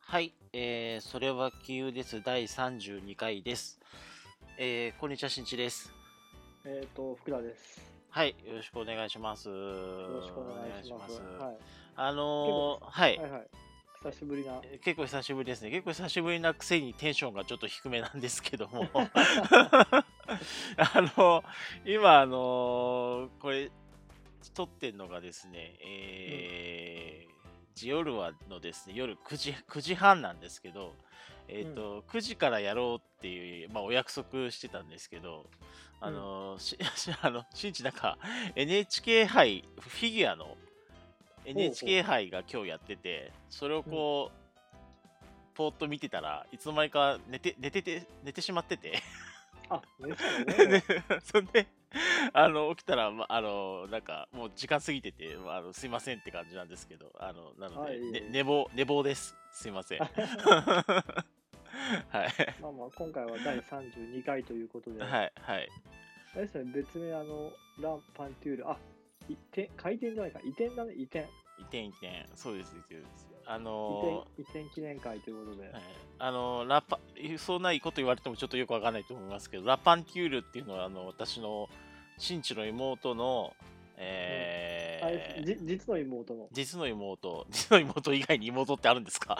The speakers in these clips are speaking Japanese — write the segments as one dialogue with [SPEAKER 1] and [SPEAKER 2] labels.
[SPEAKER 1] はい、えー、それは杞憂です。第32回です。えー、こんにちは、しんちです。
[SPEAKER 2] えっ、ー、と、福田です。
[SPEAKER 1] はい、よろしくお願いします。よ
[SPEAKER 2] ろしくお願いします。はい、
[SPEAKER 1] あのー、はい、
[SPEAKER 2] はいはい。久しぶりな。
[SPEAKER 1] 結構久しぶりですね。結構久しぶりなくせにテンションがちょっと低めなんですけど も。あの、今、あのー、これ、撮ってんのがですね、えー、うんジオルワのですね夜9時 ,9 時半なんですけど、えーと、うん、9時からやろうっていう、まあ、お約束してたんですけど、あの、うん、し あの新地なんか NHK 杯フィギュアの NHK 杯が今日やってて、それをこう、うん、ぽーっと見てたらいつの間にか寝て寝てて寝てしまってて
[SPEAKER 2] あ、ねね、
[SPEAKER 1] そんで、あの、起きたら、ま、あの、なんか、もう時間過ぎてて、まあ、あのすいませんって感じなんですけど、あの、なので、はいね、寝坊、寝坊です。すいま せん。はい。
[SPEAKER 2] まあまあ、今回は第32回ということで。
[SPEAKER 1] はい、はい。
[SPEAKER 2] あれですね、別名、あの、ランパンテュール、あ、移転、回転じゃないか、移転だね、移転。
[SPEAKER 1] 移転、移転。そうです、移転です。あの
[SPEAKER 2] ー、移転記念会ということで、はい、
[SPEAKER 1] あのー、ラパそうないこと言われてもちょっとよくわかんないと思いますけどラパンキュールっていうのはあの私の新地の妹のえ
[SPEAKER 2] ー、うん、実の妹の
[SPEAKER 1] 実の妹 実の妹以外に妹ってあるんですか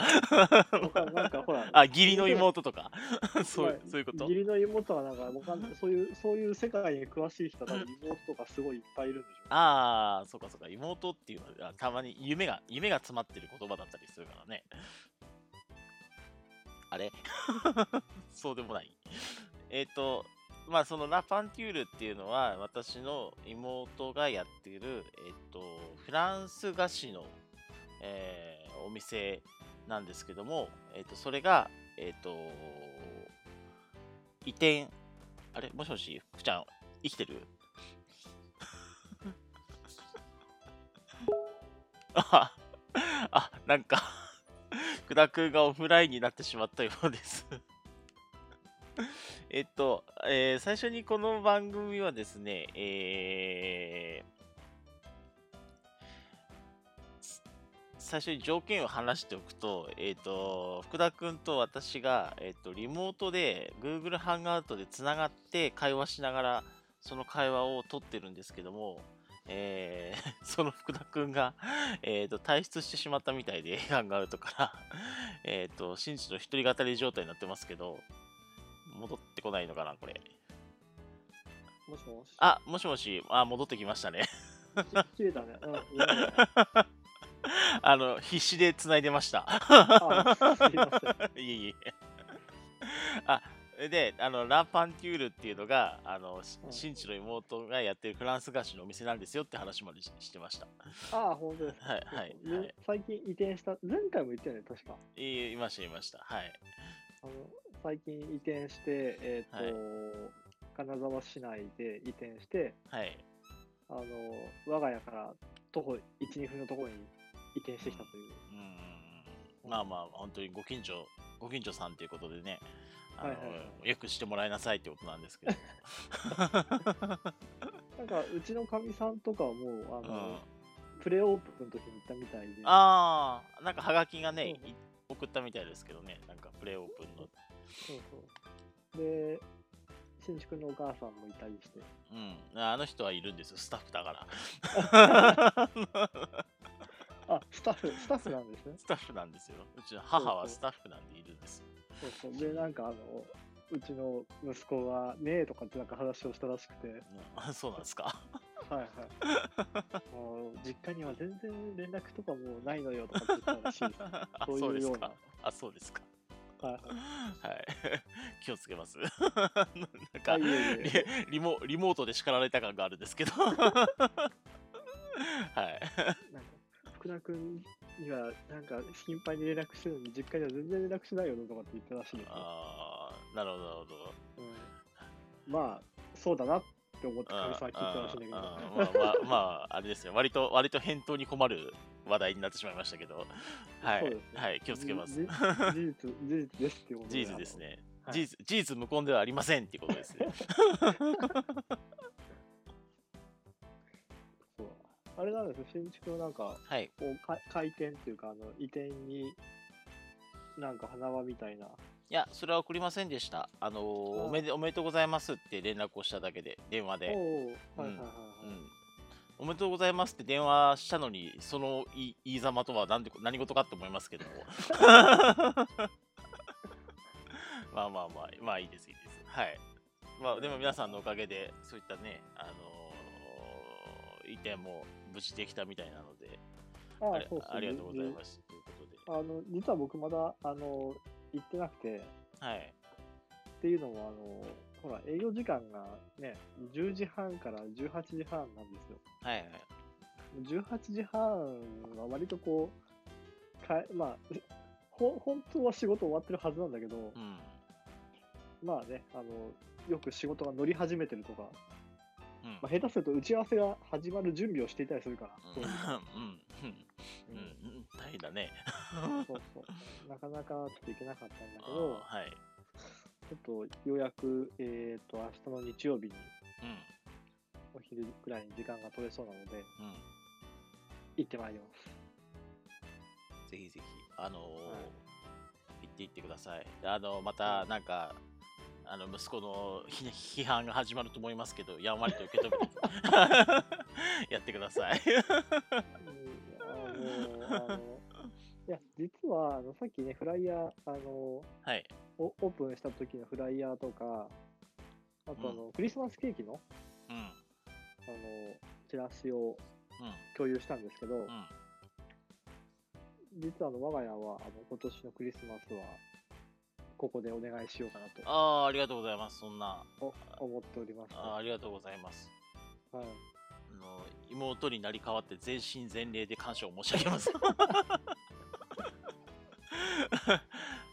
[SPEAKER 2] なんかほら
[SPEAKER 1] あ義理の妹とか そうそういうこと
[SPEAKER 2] 義理の妹はなんかそういうそういう世界に詳しい人は妹とかすごいいっぱいいるんでしょ
[SPEAKER 1] ああそうかそうか妹っていうのはたまに夢が夢が詰まってる言葉だったりするからねあれ そうでもないえっ、ー、とまあ、そのラ・パンテュールっていうのは私の妹がやっている、えっと、フランス菓子の、えー、お店なんですけども、えっと、それが、えっと、移転あれもしもし福ちゃん生きてるああなんか福田君がオフラインになってしまったようです えっと、えー、最初にこの番組はですね、えー、最初に条件を話しておくと、えっ、ー、と、福田君と私が、えっ、ー、と、リモートで Google ハンガートでつながって会話しながら、その会話を取ってるんですけども、えー、 その福田君が、えーと、と退出してしまったみたいで、 ハンガートからえっと、真珠の一人語り状態になってますけど、戻ってこないのかな、これ。
[SPEAKER 2] もしもし。
[SPEAKER 1] あ、もしもし。あ、戻ってきましたね。
[SPEAKER 2] 綺麗だね。うん。
[SPEAKER 1] あの、必死で繋いでました。 いえ いえ。あ、で、あの、ランパンテュールっていうのが、あの、新、う、地、ん、の妹がやってるフランス菓子のお店なんですよって話までしてました。
[SPEAKER 2] ああ、本当です
[SPEAKER 1] はい、はい、
[SPEAKER 2] はい。最近移転した、前回も言ったよね、確か。
[SPEAKER 1] いいました、いました。はい。
[SPEAKER 2] あの最近移転して、えーと、はい、金沢市内で移転して、
[SPEAKER 1] はい、
[SPEAKER 2] あの我が家から徒歩12分のところに移転してきたという。
[SPEAKER 1] うんまあまあ本当にご近所ご近所さんということでねあの、はいはい、よくしてもらいなさいってことなん ですけど
[SPEAKER 2] なんかうちのかみさんとかはもうあの、うん、プレオープンの時に行ったみたいで
[SPEAKER 1] ああなんかはがきがね、うん送ったみたいですけどね、なんかプレオープンの。
[SPEAKER 2] そうそうで、新宿のお母さんもいたりして。。
[SPEAKER 1] うん、あの人はいるんですよ、スタッフだから
[SPEAKER 2] あ、スタッフ、スタッフなんですね。
[SPEAKER 1] スタッフなんですよ。うちの母はスタッフなんでいるんですよ。
[SPEAKER 2] そうそうで、なんかあの、うちの息子はねえとかってなんか話をしたらしくて。
[SPEAKER 1] うん、そうなんですか。
[SPEAKER 2] はいはい。 もう実家には全然連絡とかもないのよとかって言ったらしいです。そういうような。
[SPEAKER 1] あ、そうですか。、
[SPEAKER 2] はい、はい。
[SPEAKER 1] はい、 気をつけます。なんか、はい、リリモリモートで叱られた感があるんですけど。はい
[SPEAKER 2] なんか福田君にはなんか頻繁に連絡してるのに実家には全然連絡しないよとかって言ったらしいです。
[SPEAKER 1] ああ、なるほどなるほど。
[SPEAKER 2] うん、まあそうだなって思って神様聞いてましたけど、ま
[SPEAKER 1] あ、 まあ、まあ、あれですね割と割と返答に困る話題になってしまいましたけどはい、ね、はい、気をつけます事
[SPEAKER 2] 実事実ですってこと
[SPEAKER 1] 事実ですね、はい、事実事実無根ではありませんってことですね
[SPEAKER 2] あれなんです新築のなんか、
[SPEAKER 1] はい、
[SPEAKER 2] こうか回転っていうかあの移転になんか花輪みたいな。
[SPEAKER 1] いや、それは送りませんでした。あのーおめで、おめでとうございますって連絡をしただけで、電話
[SPEAKER 2] お
[SPEAKER 1] で。
[SPEAKER 2] お、はいはいはいは
[SPEAKER 1] う
[SPEAKER 2] い。
[SPEAKER 1] ん。おめでとうございますって電話したのに、その言い言いざまとは何で何事かって思いますけども。 まあまあまあ、まあいいです、いいです。はい。まあ、でも皆さんのおかげで、そういったね、あのー移転も無事できたみたいなので、
[SPEAKER 2] あ
[SPEAKER 1] あれ
[SPEAKER 2] そうそう
[SPEAKER 1] ありがとうござい
[SPEAKER 2] す。
[SPEAKER 1] ます。ということで。
[SPEAKER 2] あの、実は僕まだ、あの、行ってなくて、
[SPEAKER 1] はい。
[SPEAKER 2] っていうのも、あの、ほら、営業時間がね、10時半から18時半なんですよ。
[SPEAKER 1] はいはい。
[SPEAKER 2] 18時半は割とこう、かえまあ、ほ本当は仕事終わってるはずなんだけど、
[SPEAKER 1] うん。
[SPEAKER 2] まあね、あの、よく仕事が乗り始めてるとか、
[SPEAKER 1] うん。
[SPEAKER 2] まあ、下手すると打ち合わせが始まる準備をしていたりするから、
[SPEAKER 1] う
[SPEAKER 2] そ
[SPEAKER 1] んう
[SPEAKER 2] ういう
[SPEAKER 1] んうんうんうん大変だね。
[SPEAKER 2] そうそうなかなかちょっと行けなかったんだけ
[SPEAKER 1] うん
[SPEAKER 2] ど、
[SPEAKER 1] はい。
[SPEAKER 2] ちょっとようやく、えっ、と、明日の日曜日に
[SPEAKER 1] う
[SPEAKER 2] お昼くらいに時間が取れそうなので、
[SPEAKER 1] んうん。
[SPEAKER 2] 行ってまいります。
[SPEAKER 1] ぜひぜひ、あのー
[SPEAKER 2] はい
[SPEAKER 1] 行って行ってください。であのまた、なんか、あの息子のひ批判が始まると思いますけど、やんわりと受け止 めてやってくだ さい。
[SPEAKER 2] うんあの、あの、いや、実は、あの、さっきね、フライヤー、あの、
[SPEAKER 1] はい。
[SPEAKER 2] おオープンした時のフライヤーとか、あとあの、クリスマスケーキの、
[SPEAKER 1] うん。
[SPEAKER 2] あの、チラシを共有したんですけど、
[SPEAKER 1] うん。うん。
[SPEAKER 2] 実はあの我が家はあの今年のクリスマスはここでお願いしようかな
[SPEAKER 1] あ
[SPEAKER 2] と
[SPEAKER 1] あ、ありがとうございます。そんな、
[SPEAKER 2] お思っております、
[SPEAKER 1] あー
[SPEAKER 2] は
[SPEAKER 1] ありがとうございます。
[SPEAKER 2] い、
[SPEAKER 1] あの妹になり変わって全身全霊で感謝を申し上げ ます。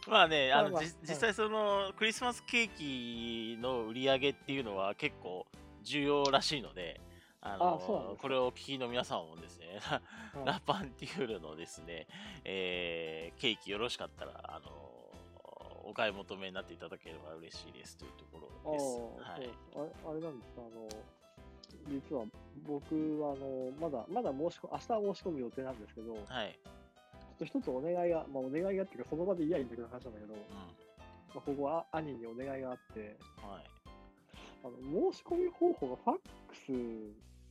[SPEAKER 1] まあね、あの
[SPEAKER 2] まあまあ
[SPEAKER 1] じ
[SPEAKER 2] うん
[SPEAKER 1] 実際そのクリスマスケーキの売り上げっていうのは結構重要らしいので、あの
[SPEAKER 2] あそうなんですか
[SPEAKER 1] これをお聞きの皆さんも ですね、ラ
[SPEAKER 2] はい
[SPEAKER 1] ラパンティールのですね、えーケーキよろしかったら、あのお買い求めになっていただければ嬉しいですというとこ
[SPEAKER 2] あ
[SPEAKER 1] ろです。
[SPEAKER 2] あ、
[SPEAKER 1] はい、
[SPEAKER 2] そうあれあれなんですあの実は僕はあのまだまだ申し込明日は申し込む予定なんですけどちょ
[SPEAKER 1] はい、
[SPEAKER 2] っと一つお願いが、まあ、お願いがっていうかその場で言いやいいんだけど話なんだけど、ま
[SPEAKER 1] う
[SPEAKER 2] あ、ここは兄にお願いがあって
[SPEAKER 1] ん、はい、
[SPEAKER 2] あの申し込み方法がファックス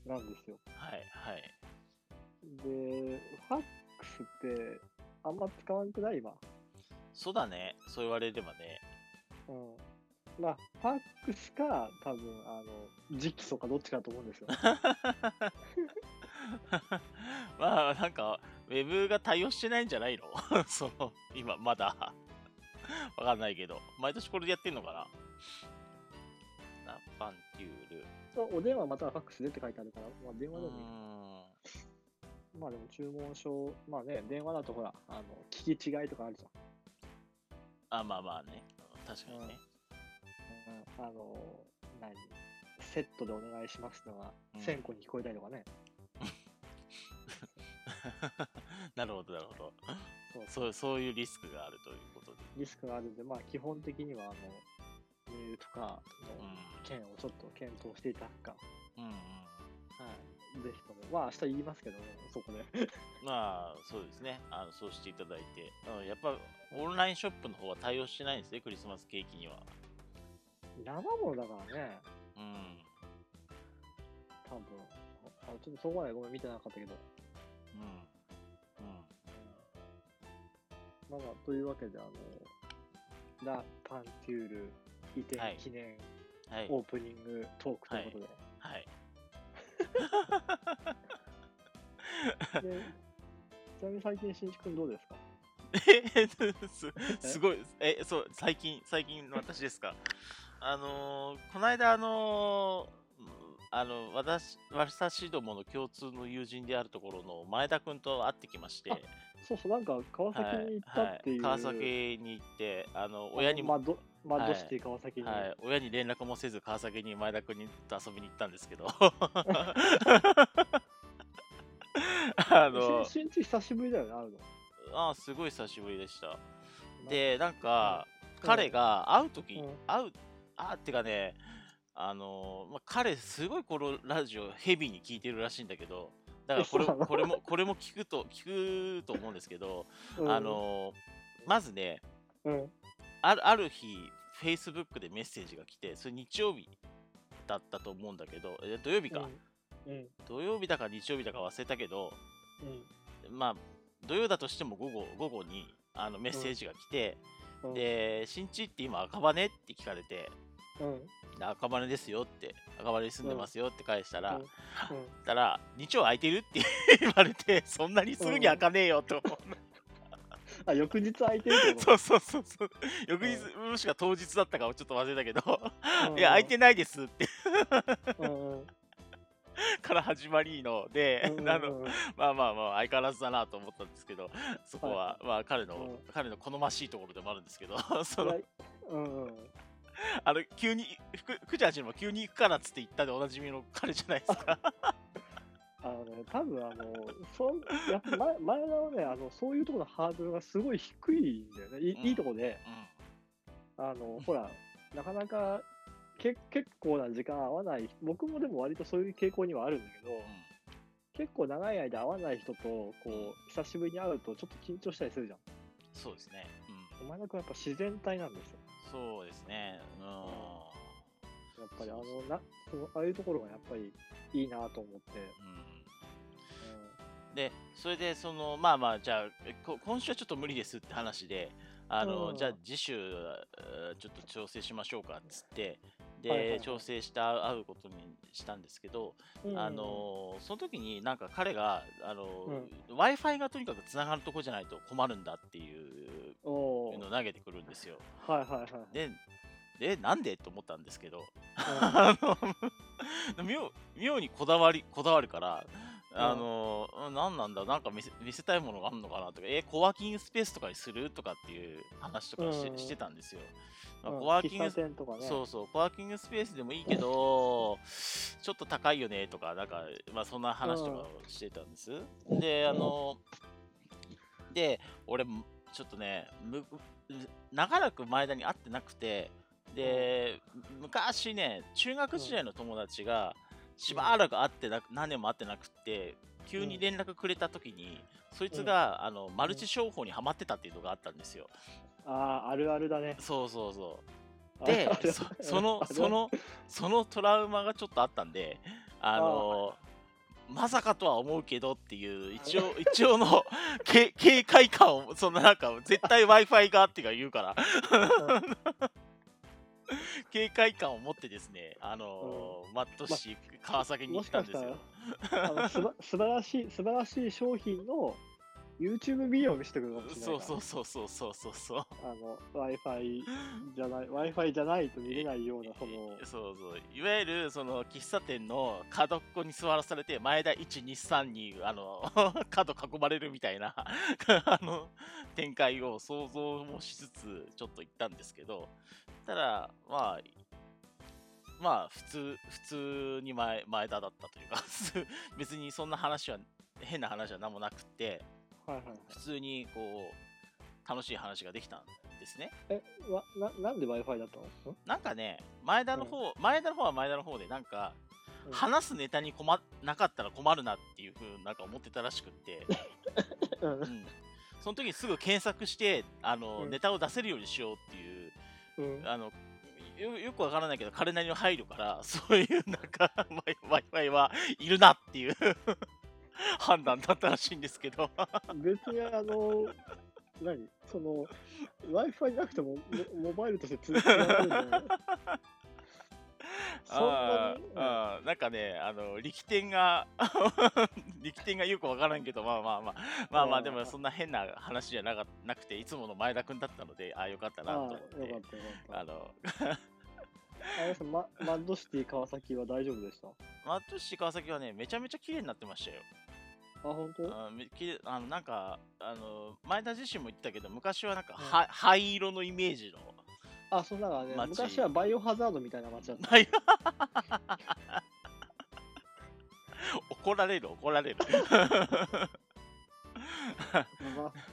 [SPEAKER 2] なんですよ
[SPEAKER 1] はい、はい。
[SPEAKER 2] でファックスってあんま使わんくない今
[SPEAKER 1] そうだね、そう言われればね。
[SPEAKER 2] うんまあ、ファックスか、多分あの、直訴かどっちかだと思うんで すよ。
[SPEAKER 1] まあ、なんか、ウェブが対応してないんじゃないの その、今、まだ。 わかんないけど、毎年これでやってんのかなラパンテュール。
[SPEAKER 2] お電話またはファックスでって書いてあるから、まあ、電
[SPEAKER 1] う
[SPEAKER 2] 話でもいいか
[SPEAKER 1] ーん
[SPEAKER 2] まあでも注文書、まあね、電話だとほら、あの、聞き違いとかあるじ
[SPEAKER 1] あ、まあまあね。確かにね。
[SPEAKER 2] ゃん。あの、何セットでお願いしますのは
[SPEAKER 1] うん、
[SPEAKER 2] 1000個に聞こえたりとかね。
[SPEAKER 1] なるほど、なるほど。
[SPEAKER 2] そう
[SPEAKER 1] そう、そういうリスクがあるということで。
[SPEAKER 2] リスクがあるんで、まあ基本的には、あの、メールとかの
[SPEAKER 1] うん
[SPEAKER 2] 件をちょっと検討していただくか、
[SPEAKER 1] うんうん。
[SPEAKER 2] はい。ぜひとも、まあ明日言いますけどね、そこで。
[SPEAKER 1] まあ、そうですね。あの、そうしていただいて。うんやっぱ、オンラインショップの方は対応してないんですね、クリスマスケーキには。
[SPEAKER 2] 生ものだからね。
[SPEAKER 1] うん。
[SPEAKER 2] 多分あちょっとそこまでごめん見てなかったけど、
[SPEAKER 1] うん。うん。
[SPEAKER 2] まあまあというわけであのラ・パンテュール移転
[SPEAKER 1] はい
[SPEAKER 2] 記念
[SPEAKER 1] はい。
[SPEAKER 2] オープニングトークということで、
[SPEAKER 1] はい。
[SPEAKER 2] で ちなみに最近新一君どうですか
[SPEAKER 1] えすすごい。え、そう、最近、最近の私ですか。あのーこの間、あのーあの私私どもの共通の友人であるところの前田君と会ってきまして、
[SPEAKER 2] あそうそうなんか川崎に行ったっていう、
[SPEAKER 1] 川崎に行ってあの
[SPEAKER 2] あの
[SPEAKER 1] 親にも、
[SPEAKER 2] マッドマッド
[SPEAKER 1] はい
[SPEAKER 2] シティ川崎に、
[SPEAKER 1] はい、親に連絡もせず川崎に前田君にと遊びに行ったんですけ ど あの
[SPEAKER 2] し新一久しぶりだよね会うの
[SPEAKER 1] あすごい久しぶりでした
[SPEAKER 2] なん
[SPEAKER 1] でなんか
[SPEAKER 2] うん
[SPEAKER 1] 彼が会う時、
[SPEAKER 2] うん
[SPEAKER 1] 会うあってかねあのーまあ、彼すごいこのラジオヘビーに聞いてるらしいんだけどだからこ
[SPEAKER 2] えそうな
[SPEAKER 1] れ
[SPEAKER 2] の
[SPEAKER 1] これもこれも聞くと聞くと思うんですけど、
[SPEAKER 2] うん
[SPEAKER 1] あのまずね、
[SPEAKER 2] うん。
[SPEAKER 1] あるある日、Facebook でメッセージが来て、それ日曜日だったと思うんだけど、え土曜日か、
[SPEAKER 2] うん。うん。
[SPEAKER 1] 土曜日だか日曜日だか忘れたけど、
[SPEAKER 2] うん。
[SPEAKER 1] まあ、土曜だとしても午後午後にあのメッセージが来て、
[SPEAKER 2] うん、
[SPEAKER 1] で、新地って今赤羽って聞かれて、
[SPEAKER 2] うん。
[SPEAKER 1] で赤羽ですよって、赤羽に住んでますよって返したら、
[SPEAKER 2] うんうん
[SPEAKER 1] ったら日曜空いてるって言われてそんなにすぐに開かねえよと思う
[SPEAKER 2] あ、翌日空いてるってこ と
[SPEAKER 1] そうそうそうそう翌日もしくは当日だったかをちょっと忘れたけど
[SPEAKER 2] うん
[SPEAKER 1] いや空いてないですって
[SPEAKER 2] うんうん
[SPEAKER 1] から始まりので
[SPEAKER 2] うん
[SPEAKER 1] なの
[SPEAKER 2] うんうん
[SPEAKER 1] まあまあまあ相変わらずだなと思ったんですけどそこはまあ彼の
[SPEAKER 2] う
[SPEAKER 1] 彼の好ましいところでもあるんですけど その
[SPEAKER 2] いやうんうん。
[SPEAKER 1] あの急に福福ちゃんちも急に行くからっつって言ったでおなじみの彼じゃないですか
[SPEAKER 2] あのね、多分あの、そんやっぱ前前田はねあの、そういうところのハードルがすごい低いんだよね。い,、
[SPEAKER 1] うん
[SPEAKER 2] いいとこで、
[SPEAKER 1] うん
[SPEAKER 2] あのほら、なかなかけ結構な時間合わない、僕もでも割とそういう傾向にはあるんだけど、結構長い間会わない人とこう久しぶりに会うとちょっと緊張したりするじゃん。
[SPEAKER 1] そうですねうん
[SPEAKER 2] お前田君はやっぱ自然体なんですよ。
[SPEAKER 1] そうですねうん
[SPEAKER 2] やっぱりあのなそのああいうところがやっぱりいいなと思って。
[SPEAKER 1] うんでそれでそのまあまあじゃあえこ今週はちょっと無理ですって話であの、
[SPEAKER 2] うん
[SPEAKER 1] じゃあ次週えーちょっと調整しましょうかっつってで、
[SPEAKER 2] はいはいはい
[SPEAKER 1] 調整して会うことにしたんですけど、
[SPEAKER 2] うん
[SPEAKER 1] あ、のその時になんか彼があの、
[SPEAKER 2] う
[SPEAKER 1] w i f i がとにかくつながるとこじゃないと困るんだっていう
[SPEAKER 2] うんおー
[SPEAKER 1] のを投げてくるんですよ。
[SPEAKER 2] はいはいはい。
[SPEAKER 1] ででなんでと思ったんですけど
[SPEAKER 2] うん
[SPEAKER 1] あの妙妙にこだわりこだわるから、
[SPEAKER 2] ん
[SPEAKER 1] あのうん何なんだなんか見せ見せたいものがあるのかなとかえコワーキングスペースとかにするとかっていう話とかし,、
[SPEAKER 2] うん
[SPEAKER 1] してたんですよ。 まあ
[SPEAKER 2] うん
[SPEAKER 1] コワーキング
[SPEAKER 2] 喫茶店とかね。
[SPEAKER 1] そうそうコワーキングスペースでもいいけどちょっと高いよねとかなんか、まあ、そんな話とかをしてたんです、であので俺もちょっとねむ長らく前田に会ってなくてで昔ね中学時代の友達がしばらく会ってなく何年も会ってなくって急に連絡くれた時にそいつがあのマルチ商法にはまってたっていうのがあったんですよ
[SPEAKER 2] ああ、あるあるだね。
[SPEAKER 1] そうそうそう
[SPEAKER 2] あ
[SPEAKER 1] で
[SPEAKER 2] るある
[SPEAKER 1] そその
[SPEAKER 2] ある
[SPEAKER 1] そのそのトラウマがちょっとあったんであのまさかとは思うけどっていう一応 一応のけ警戒感をそのなんか絶対 w i f i がってか言うから警戒感を持ってですねあの、マット氏川崎に行ったんですよ
[SPEAKER 2] も。あのすば 素晴らしい素晴らしい商品の YouTube ビデオを見せてくるかもしれないか
[SPEAKER 1] そ
[SPEAKER 2] ら
[SPEAKER 1] うそうそうそうそうそうそう
[SPEAKER 2] あの w i f i じゃない w i f i じゃないと見れないようなその
[SPEAKER 1] そうそういわゆるその喫茶店の角っこに座らされて前田123にあの 角囲まれるみたいな あの展開を想像もしつつちょっと行ったんですけどただまあまあ普通普通に前前田だったというか 別にそんな話は変な話は何もなくて
[SPEAKER 2] はいはいはい
[SPEAKER 1] 普通にこう楽しい話ができたんですね
[SPEAKER 2] えわななんで w i f i だったのん
[SPEAKER 1] なんかね前田の方、前田の方は前田の方でなんか
[SPEAKER 2] うん
[SPEAKER 1] 話すネタに困っなかったら困るなっていうふうになんか思ってたらしく って、
[SPEAKER 2] うん
[SPEAKER 1] う、ん、その時にすぐ検索してあの、
[SPEAKER 2] うん
[SPEAKER 1] ネタを出せるようにしようっていう
[SPEAKER 2] うん、
[SPEAKER 1] あのよよくわからないけど彼なりの配慮から そういうなんか w i f i はいるなっていう 判断だったらしいんですけど
[SPEAKER 2] 別にあの何その w i f i なくてもモモバイルとして通じられるんだよねそんな
[SPEAKER 1] あ
[SPEAKER 2] に
[SPEAKER 1] ーあーなんかねあの力点が 力点がよくわからんけどまあまあまあまあま
[SPEAKER 2] あ
[SPEAKER 1] あ
[SPEAKER 2] ー
[SPEAKER 1] でもそんな変な話じゃなかなくていつもの前田君だったのでああよかったなと
[SPEAKER 2] あ
[SPEAKER 1] 思っ
[SPEAKER 2] あよかってたよか
[SPEAKER 1] あ
[SPEAKER 2] っ
[SPEAKER 1] の
[SPEAKER 2] たあれさママッドシティ川崎は大丈夫でしたあ
[SPEAKER 1] マットシ川崎はねめちゃめちゃ綺麗になってましたよ
[SPEAKER 2] 本当
[SPEAKER 1] あめきれあのなんかあの前田自身も言ってたけど昔はなんかは灰色のイメージの
[SPEAKER 2] あ、そうだからね、
[SPEAKER 1] 街
[SPEAKER 2] 昔はバイオハザードみたいな街だった。
[SPEAKER 1] ない怒られる怒られる
[SPEAKER 2] ま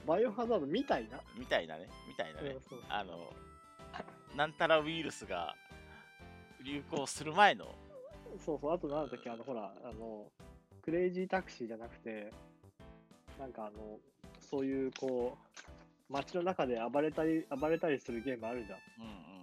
[SPEAKER 2] バイオハザードみたいな。
[SPEAKER 1] みたいなねみたいなね
[SPEAKER 2] うんそう
[SPEAKER 1] あの、なんたらウイルスが流行する前の、
[SPEAKER 2] そうそう、あと何だっけ、あの、ほら、あの、クレイジータクシーじゃなくて、なんかあの、そういう、こう、街の中で暴れたり、暴れたりするゲームあるじゃん。
[SPEAKER 1] うんうん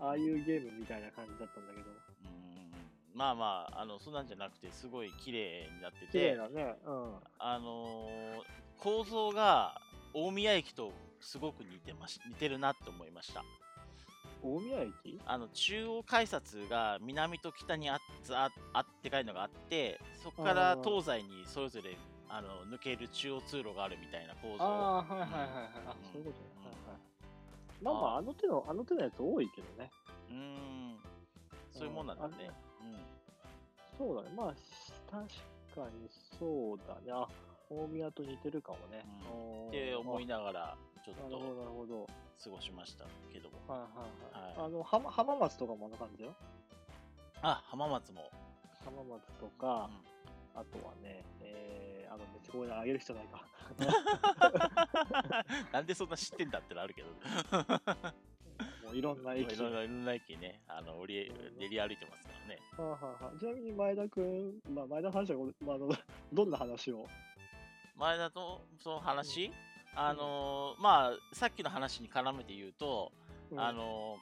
[SPEAKER 2] ああいうゲームみたいな感じだったんだけど。
[SPEAKER 1] うんうんまあまああのそんなんじゃなくてすごい綺麗になって
[SPEAKER 2] 綺麗
[SPEAKER 1] て
[SPEAKER 2] だね。うん。
[SPEAKER 1] あのー構造が大宮駅とすごく似てまし似てるなって思いました
[SPEAKER 2] 大宮駅
[SPEAKER 1] あの中央改札が南と北にあっああってかいのがあってそこから
[SPEAKER 2] あー
[SPEAKER 1] 東西にそれぞれあの抜ける中央通路があるみたいな構
[SPEAKER 2] あ
[SPEAKER 1] 造
[SPEAKER 2] あ、はいはいはいはい。あ、そういうことね。はいはい。まあまあ、
[SPEAKER 1] あ
[SPEAKER 2] あの手の、あの手のやつ多いけどね。
[SPEAKER 1] うーんそういうもんなんだね
[SPEAKER 2] そうだね。まあ、し確かにそうだね。あ、大宮と似てるかもね。
[SPEAKER 1] う
[SPEAKER 2] お
[SPEAKER 1] うん、
[SPEAKER 2] ー
[SPEAKER 1] って思いながらちょっ
[SPEAKER 2] あなるほど、
[SPEAKER 1] と
[SPEAKER 2] なるほど。
[SPEAKER 1] 過ごしましたけども
[SPEAKER 2] はいはい
[SPEAKER 1] は
[SPEAKER 2] はい。
[SPEAKER 1] い
[SPEAKER 2] あの、浜浜松とかもあの感じよ。
[SPEAKER 1] あ浜松も、
[SPEAKER 2] 浜松と
[SPEAKER 1] う
[SPEAKER 2] か、
[SPEAKER 1] ん
[SPEAKER 2] あとはね、えー、あの、別にここであげる人な いか。
[SPEAKER 1] なんでそんな知ってんだってのあるけど
[SPEAKER 2] もういろん な
[SPEAKER 1] い
[SPEAKER 2] 駅。
[SPEAKER 1] ろいろいろんな駅ねあの折り練り歩いてますからね
[SPEAKER 2] はいはいはいちなみに前田君、まあ、前田の話はごめん、まあ、あの どんな話を
[SPEAKER 1] 前田とその話、あのーまあさっきの話に絡めて言うと、あ、の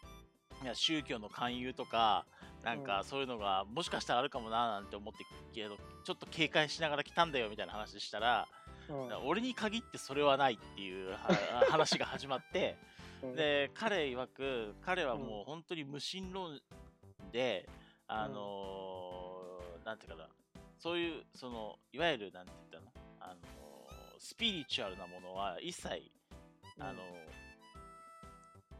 [SPEAKER 1] ーいや宗教の勧誘とかなん
[SPEAKER 2] う
[SPEAKER 1] か
[SPEAKER 2] ん
[SPEAKER 1] そういうのがもしかしたらあるかもななんて思ってけどちょっと警戒しながら来たんだよみたいな話したら、
[SPEAKER 2] うん
[SPEAKER 1] 俺に限ってそれはないっていうは 話が始まって
[SPEAKER 2] うん、
[SPEAKER 1] で彼曰く彼はもう本当に無神論であのーなんていうかなそういうそのいわゆるなんて言ったのあのースピリチュアルなものは一切
[SPEAKER 2] うん
[SPEAKER 1] あの、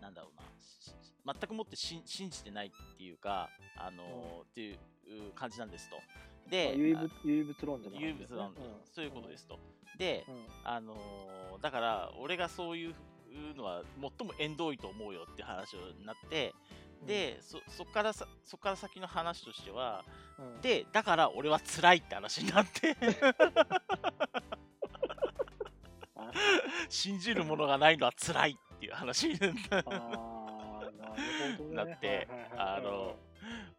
[SPEAKER 1] なんだろうな、し全くもってしん信じてないっていうか、あのっていうう感じなんですと。
[SPEAKER 2] まあ
[SPEAKER 1] で、
[SPEAKER 2] 唯
[SPEAKER 1] あ
[SPEAKER 2] 物唯物論じゃない、
[SPEAKER 1] 唯物なんだ、そういうことですと。で、
[SPEAKER 2] うん。うん
[SPEAKER 1] あのだから、俺がそういうのは最も縁遠いと思うよって話になって、で、そそっからさそっから先の話としては、
[SPEAKER 2] うん
[SPEAKER 1] で、だから俺は辛いって話になって、
[SPEAKER 2] あ
[SPEAKER 1] 信じるものがないのは辛いっていう話になって
[SPEAKER 2] あーなる ほどね。
[SPEAKER 1] なって
[SPEAKER 2] はいはいはい
[SPEAKER 1] あの、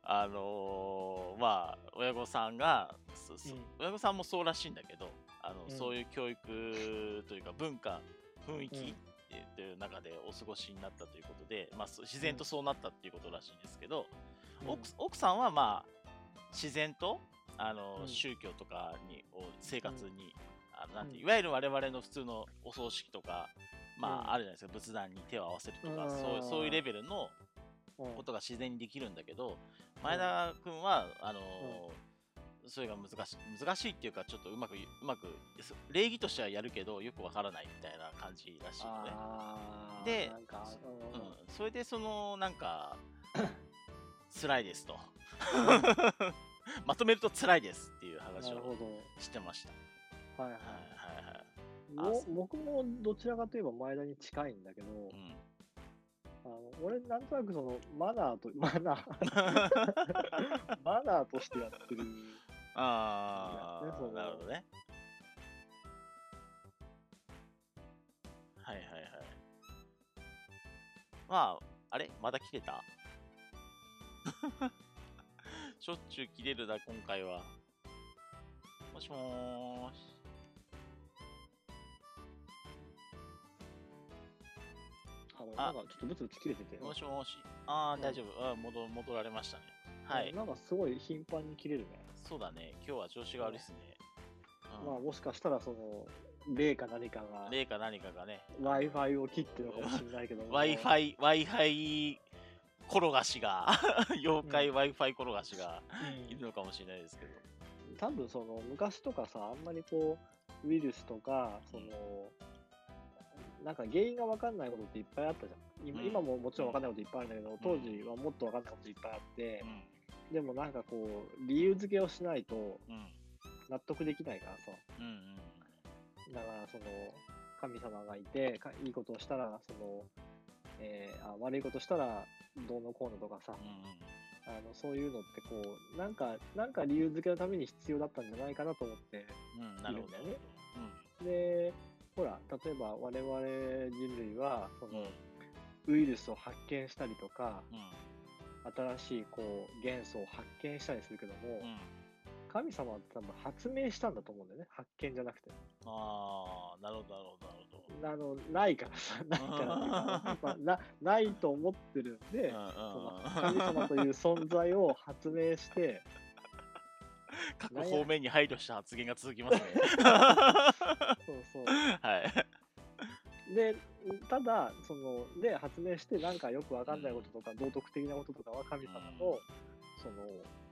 [SPEAKER 1] あのーまあ親御さんがそそ
[SPEAKER 2] うん
[SPEAKER 1] 親御さんもそうらしいんだけどあの、
[SPEAKER 2] うん
[SPEAKER 1] そういう教育というか文化雰囲気っていう中でお過ごしになったということで、まあ、そう自然とそうなったっていうことらしいんですけど、
[SPEAKER 2] うん
[SPEAKER 1] 奥奥さんはまあ自然とあの、
[SPEAKER 2] うん
[SPEAKER 1] 宗教とかにを生活に、あのなんて
[SPEAKER 2] うん
[SPEAKER 1] いわゆる我々の普通のお葬式とか、ま
[SPEAKER 2] うん
[SPEAKER 1] あ、あるじゃないですか仏壇に手を合わせるとか、
[SPEAKER 2] うん
[SPEAKER 1] そうそういうレベルの
[SPEAKER 2] うん
[SPEAKER 1] ことが自然にできるんだけど前田君はあのーそれが難しい難しいっていうかちょっとうまくうまくそ礼儀としてはやるけどよくわからないみたいな感じらしいのね。
[SPEAKER 2] あー
[SPEAKER 1] で
[SPEAKER 2] なんか、うん
[SPEAKER 1] うん、それでそのなん か辛い ですとまとめると辛いですっていう
[SPEAKER 2] な
[SPEAKER 1] 話
[SPEAKER 2] る
[SPEAKER 1] を
[SPEAKER 2] ほ
[SPEAKER 1] してました。
[SPEAKER 2] ど。はいは
[SPEAKER 1] はいはいはい
[SPEAKER 2] い。
[SPEAKER 1] あ
[SPEAKER 2] も
[SPEAKER 1] そう
[SPEAKER 2] 僕もどちらかといえば前田に近いんだけど、
[SPEAKER 1] うん
[SPEAKER 2] あの俺なんとなくそのマナーと マナー マナーとしてやってる
[SPEAKER 1] あ
[SPEAKER 2] いやねそ
[SPEAKER 1] あ、
[SPEAKER 2] の
[SPEAKER 1] なるほどね。はいはいはい。まあ、あれまだ切れた しょっちゅう切れるな、今回は。もしもーし。
[SPEAKER 2] あの
[SPEAKER 1] あ
[SPEAKER 2] なんかちょっとブツブツ切れてて
[SPEAKER 1] もしもーし。あ
[SPEAKER 2] う
[SPEAKER 1] あ、
[SPEAKER 2] ん
[SPEAKER 1] 大丈夫。あー戻戻られましたね。はい。
[SPEAKER 2] なんかすごい頻繁に切れるね、
[SPEAKER 1] そうだね。今日は調子が悪いですね。うん
[SPEAKER 2] まあもしかしたらその例か何かが
[SPEAKER 1] 例か何かがね、
[SPEAKER 2] w i f i を切ってるのかもしれないけど
[SPEAKER 1] Wi-Fi、Wi-Fi 転がしが、 妖怪
[SPEAKER 2] う
[SPEAKER 1] Wi-Fi 転がしが
[SPEAKER 2] う
[SPEAKER 1] い
[SPEAKER 2] ん
[SPEAKER 1] るのかもしれないですけど。
[SPEAKER 2] 多分その昔とかさあんまりこうウイルスとかそのなんか原因が分かんないことっていっぱいあったじゃん今,、
[SPEAKER 1] うん
[SPEAKER 2] 今ももちろん分かんないこといっぱいあるんだけど、当時はもっと分かんないこといっぱいあって、
[SPEAKER 1] うん。
[SPEAKER 2] でもなんかこう、理由付けをしないと
[SPEAKER 1] うん。
[SPEAKER 2] 納得できないからさ。
[SPEAKER 1] うん。うん
[SPEAKER 2] だから、その、神様がいて、かいいことをしたら、その、えーあ悪いことしたら、どうのこうのとかさ、あの、そういうのってこう、なんか、なんか理由付けのために必要だったんじゃないかなと思って。
[SPEAKER 1] うん。うん。うん。なるほど
[SPEAKER 2] いるんだよね。
[SPEAKER 1] う
[SPEAKER 2] で、ほら、例えば我々人類は、そ
[SPEAKER 1] ん。うん
[SPEAKER 2] の、ウイルスを発見したりとか、
[SPEAKER 1] うん。
[SPEAKER 2] 新しいこう、元素を発見したりするけども、
[SPEAKER 1] うん。
[SPEAKER 2] 神様って多分発明したんだと思うんだよね。発見じゃなくて。
[SPEAKER 1] ああ、なるほど、なるほど、なるほど。
[SPEAKER 2] あの、ないから さ、ないからっていうか、まあなないと思ってるんで、その
[SPEAKER 1] う
[SPEAKER 2] 神
[SPEAKER 1] んうんうん
[SPEAKER 2] 様という存在を発明して、
[SPEAKER 1] 各方面に配慮した発言が続き ますね。
[SPEAKER 2] そうそう。
[SPEAKER 1] はい。
[SPEAKER 2] でただそので発明してなんかよくわかんないこととか、道徳的なこととかは神様の、
[SPEAKER 1] うん
[SPEAKER 2] その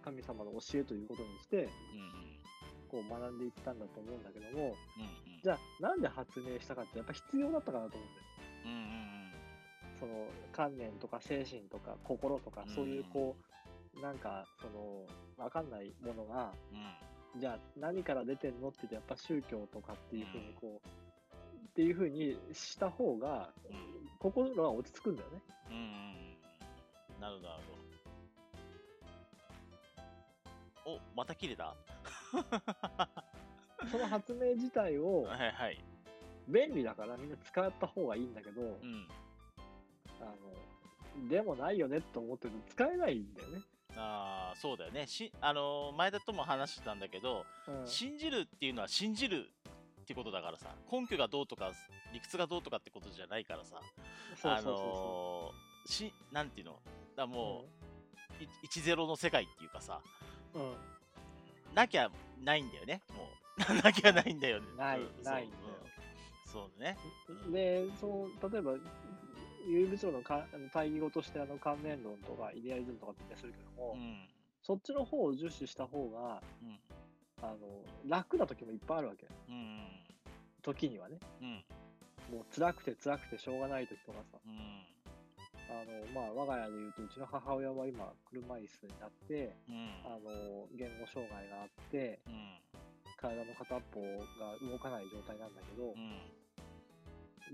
[SPEAKER 2] 神様の教えということにし
[SPEAKER 1] うん
[SPEAKER 2] て
[SPEAKER 1] うん
[SPEAKER 2] こう学んでいったんだと思うんだけども
[SPEAKER 1] うん
[SPEAKER 2] じゃあなんで発明したかってやっぱ必要だったかなと思うんだよ
[SPEAKER 1] うんうんうん
[SPEAKER 2] その観念とか精神とか心とか
[SPEAKER 1] うん
[SPEAKER 2] そういうこう、なんかそのわかんないものが
[SPEAKER 1] うんうん
[SPEAKER 2] じゃあ何から出てんのって言うとやっぱ宗教とかっていうふうにこう、っていうふうにした方が
[SPEAKER 1] うん
[SPEAKER 2] 心が落ち着くんだよね。
[SPEAKER 1] うんうんうんなるほどなるほど。おまた切れた
[SPEAKER 2] その発明自体を
[SPEAKER 1] はいはい。
[SPEAKER 2] 便利だからみんな使った方がいいんだけど、
[SPEAKER 1] うん。
[SPEAKER 2] あのでもないよねって思ってると使えないんだよね。
[SPEAKER 1] ああ、そうだよね。しあのー前田とも話してたんだけど、
[SPEAKER 2] うん
[SPEAKER 1] 信じるっていうのは信じるってことだからさ、根拠がどうとか、理屈がどうとかってことじゃないからさ、
[SPEAKER 2] そう
[SPEAKER 1] あ
[SPEAKER 2] そうそ
[SPEAKER 1] のーし、なんていうの、だから
[SPEAKER 2] うそう。
[SPEAKER 1] もう、い1-0の世界っていうかさ、
[SPEAKER 2] うんうん
[SPEAKER 1] なきゃないんだよね、もう。 なきゃないんだよね。
[SPEAKER 2] ない
[SPEAKER 1] うん
[SPEAKER 2] ないんだよ
[SPEAKER 1] そう,うん、そうね。
[SPEAKER 2] でその例えば有部長のかあの対義語としてあの観念論とかイデアリズムとかって言ったりするけども、
[SPEAKER 1] うん。
[SPEAKER 2] そっちの方を重視した方が
[SPEAKER 1] うん。
[SPEAKER 2] あの楽な時もいっぱいあるわけ
[SPEAKER 1] うん。
[SPEAKER 2] 時にはね
[SPEAKER 1] うん。
[SPEAKER 2] もう辛くて辛くてしょうがない時とかさ
[SPEAKER 1] うん。
[SPEAKER 2] あの、まあ、我が家でいうとうちの母親は今車椅子になって、
[SPEAKER 1] うん。
[SPEAKER 2] あの言語障害があって
[SPEAKER 1] うん。
[SPEAKER 2] 体の片方が動かない状態なんだけ
[SPEAKER 1] う、
[SPEAKER 2] ど
[SPEAKER 1] ん。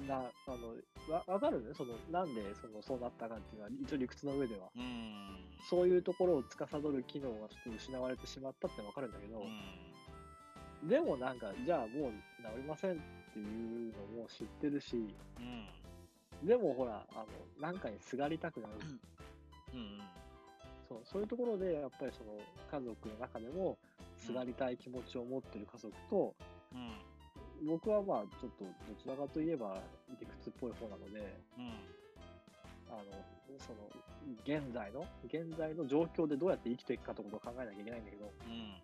[SPEAKER 2] なあのわわかるねそのなんでそのそうなったかっていうのは一応理屈の上では
[SPEAKER 1] うん。
[SPEAKER 2] そういうところを司る機能がちょっと失われてしまったってわかるんだけど、でもなんかじゃあもう治りませんっていうのも知ってるし
[SPEAKER 1] うん。
[SPEAKER 2] でもほらあのなんかにすがりたくなる、
[SPEAKER 1] うん。
[SPEAKER 2] そうそういうところでやっぱりその家族の中でもすがりたい気持ちを持ってる家族と、
[SPEAKER 1] うん。
[SPEAKER 2] 僕はまあちょっとどちらかといえば理屈っぽい方なので
[SPEAKER 1] うん。
[SPEAKER 2] あのその現在の現在の状況でどうやって生きていくかってことを考えなきゃいけないんだけど
[SPEAKER 1] うん。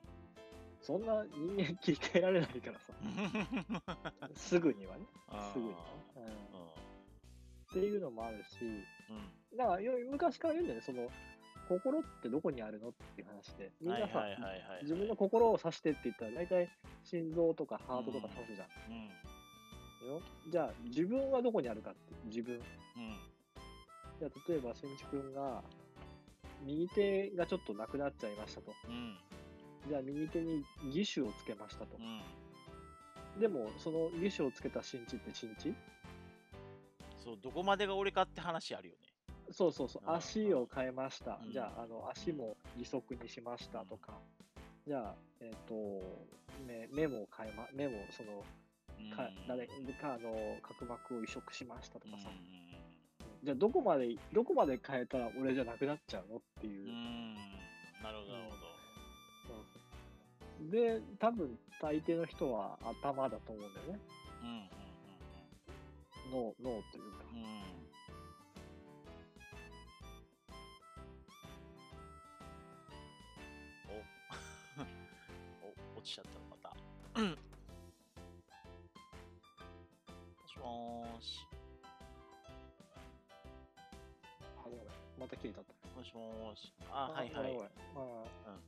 [SPEAKER 2] そんな人間切り替えられないからさすぐにはねすぐにはね、うん、っていうのもあるし
[SPEAKER 1] うん。
[SPEAKER 2] だからよ昔から言うんだよねその心ってどこにあるのっていう話でみんなさ、
[SPEAKER 1] はいはいはいはいはい
[SPEAKER 2] 自分の心を指してって言ったら大体心臓とかハートとか指すじゃん、
[SPEAKER 1] うん。
[SPEAKER 2] よじゃあ自分はどこにあるかって自分
[SPEAKER 1] うん。
[SPEAKER 2] じゃあ例えば、しんいちくんが、右手がちょっとなくなっちゃいましたと。
[SPEAKER 1] うん。
[SPEAKER 2] じゃあ、右手に義手をつけましたと
[SPEAKER 1] う。ん。
[SPEAKER 2] でも、その義手をつけたしんちってしんち
[SPEAKER 1] そう、どこまでが俺かって話あるよね。
[SPEAKER 2] そうそうそう、
[SPEAKER 1] あー
[SPEAKER 2] 足を変えました
[SPEAKER 1] う。ん
[SPEAKER 2] じゃあ、あの、足も義足にしましたとか。じゃあ、えっ、と、目目も変えま、目も、その、
[SPEAKER 1] うん
[SPEAKER 2] か、誰か、あの、角膜を移植しましたとかさ。じゃあ、どこまで、どこまで変えたら俺じゃなくなっちゃうのっていうう。
[SPEAKER 1] ん。うん。なるほど、なるほど。
[SPEAKER 2] そうで、多分大抵の人は頭だと思うんだよね。
[SPEAKER 1] うん。うん。
[SPEAKER 2] 脳、脳というか。
[SPEAKER 1] うん。うん。おお落ちちゃったまた。もしもーし。
[SPEAKER 2] あごめんまた切れたと。
[SPEAKER 1] もしもーし。あ、はい
[SPEAKER 2] ご
[SPEAKER 1] は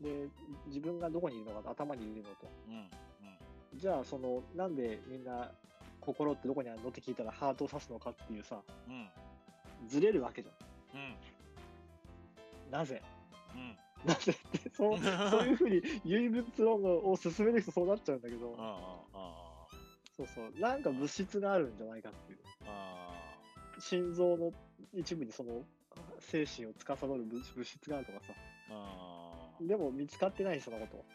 [SPEAKER 2] め
[SPEAKER 1] い。
[SPEAKER 2] ん
[SPEAKER 1] うん
[SPEAKER 2] ごめんあーで、自分がどこにいるのか、頭にいるのと。
[SPEAKER 1] うん。
[SPEAKER 2] じゃあ、その、なんでみんな心ってどこにあるのって聞いたらハートを指すのかっていうさ、
[SPEAKER 1] うん。
[SPEAKER 2] ずれるわけじゃ
[SPEAKER 1] うん。
[SPEAKER 2] ん。なぜ
[SPEAKER 1] うん。
[SPEAKER 2] なぜっ て、そう、そういうふうに唯物論を進める人そうなっちゃうんだけど
[SPEAKER 1] うん。、あ
[SPEAKER 2] そうそう、なんか物質があるんじゃないかっていう。
[SPEAKER 1] あ。あ
[SPEAKER 2] 心臓の一部にその精神を司る物物質があるとかさ
[SPEAKER 1] あ。
[SPEAKER 2] でも見つかってないそのこと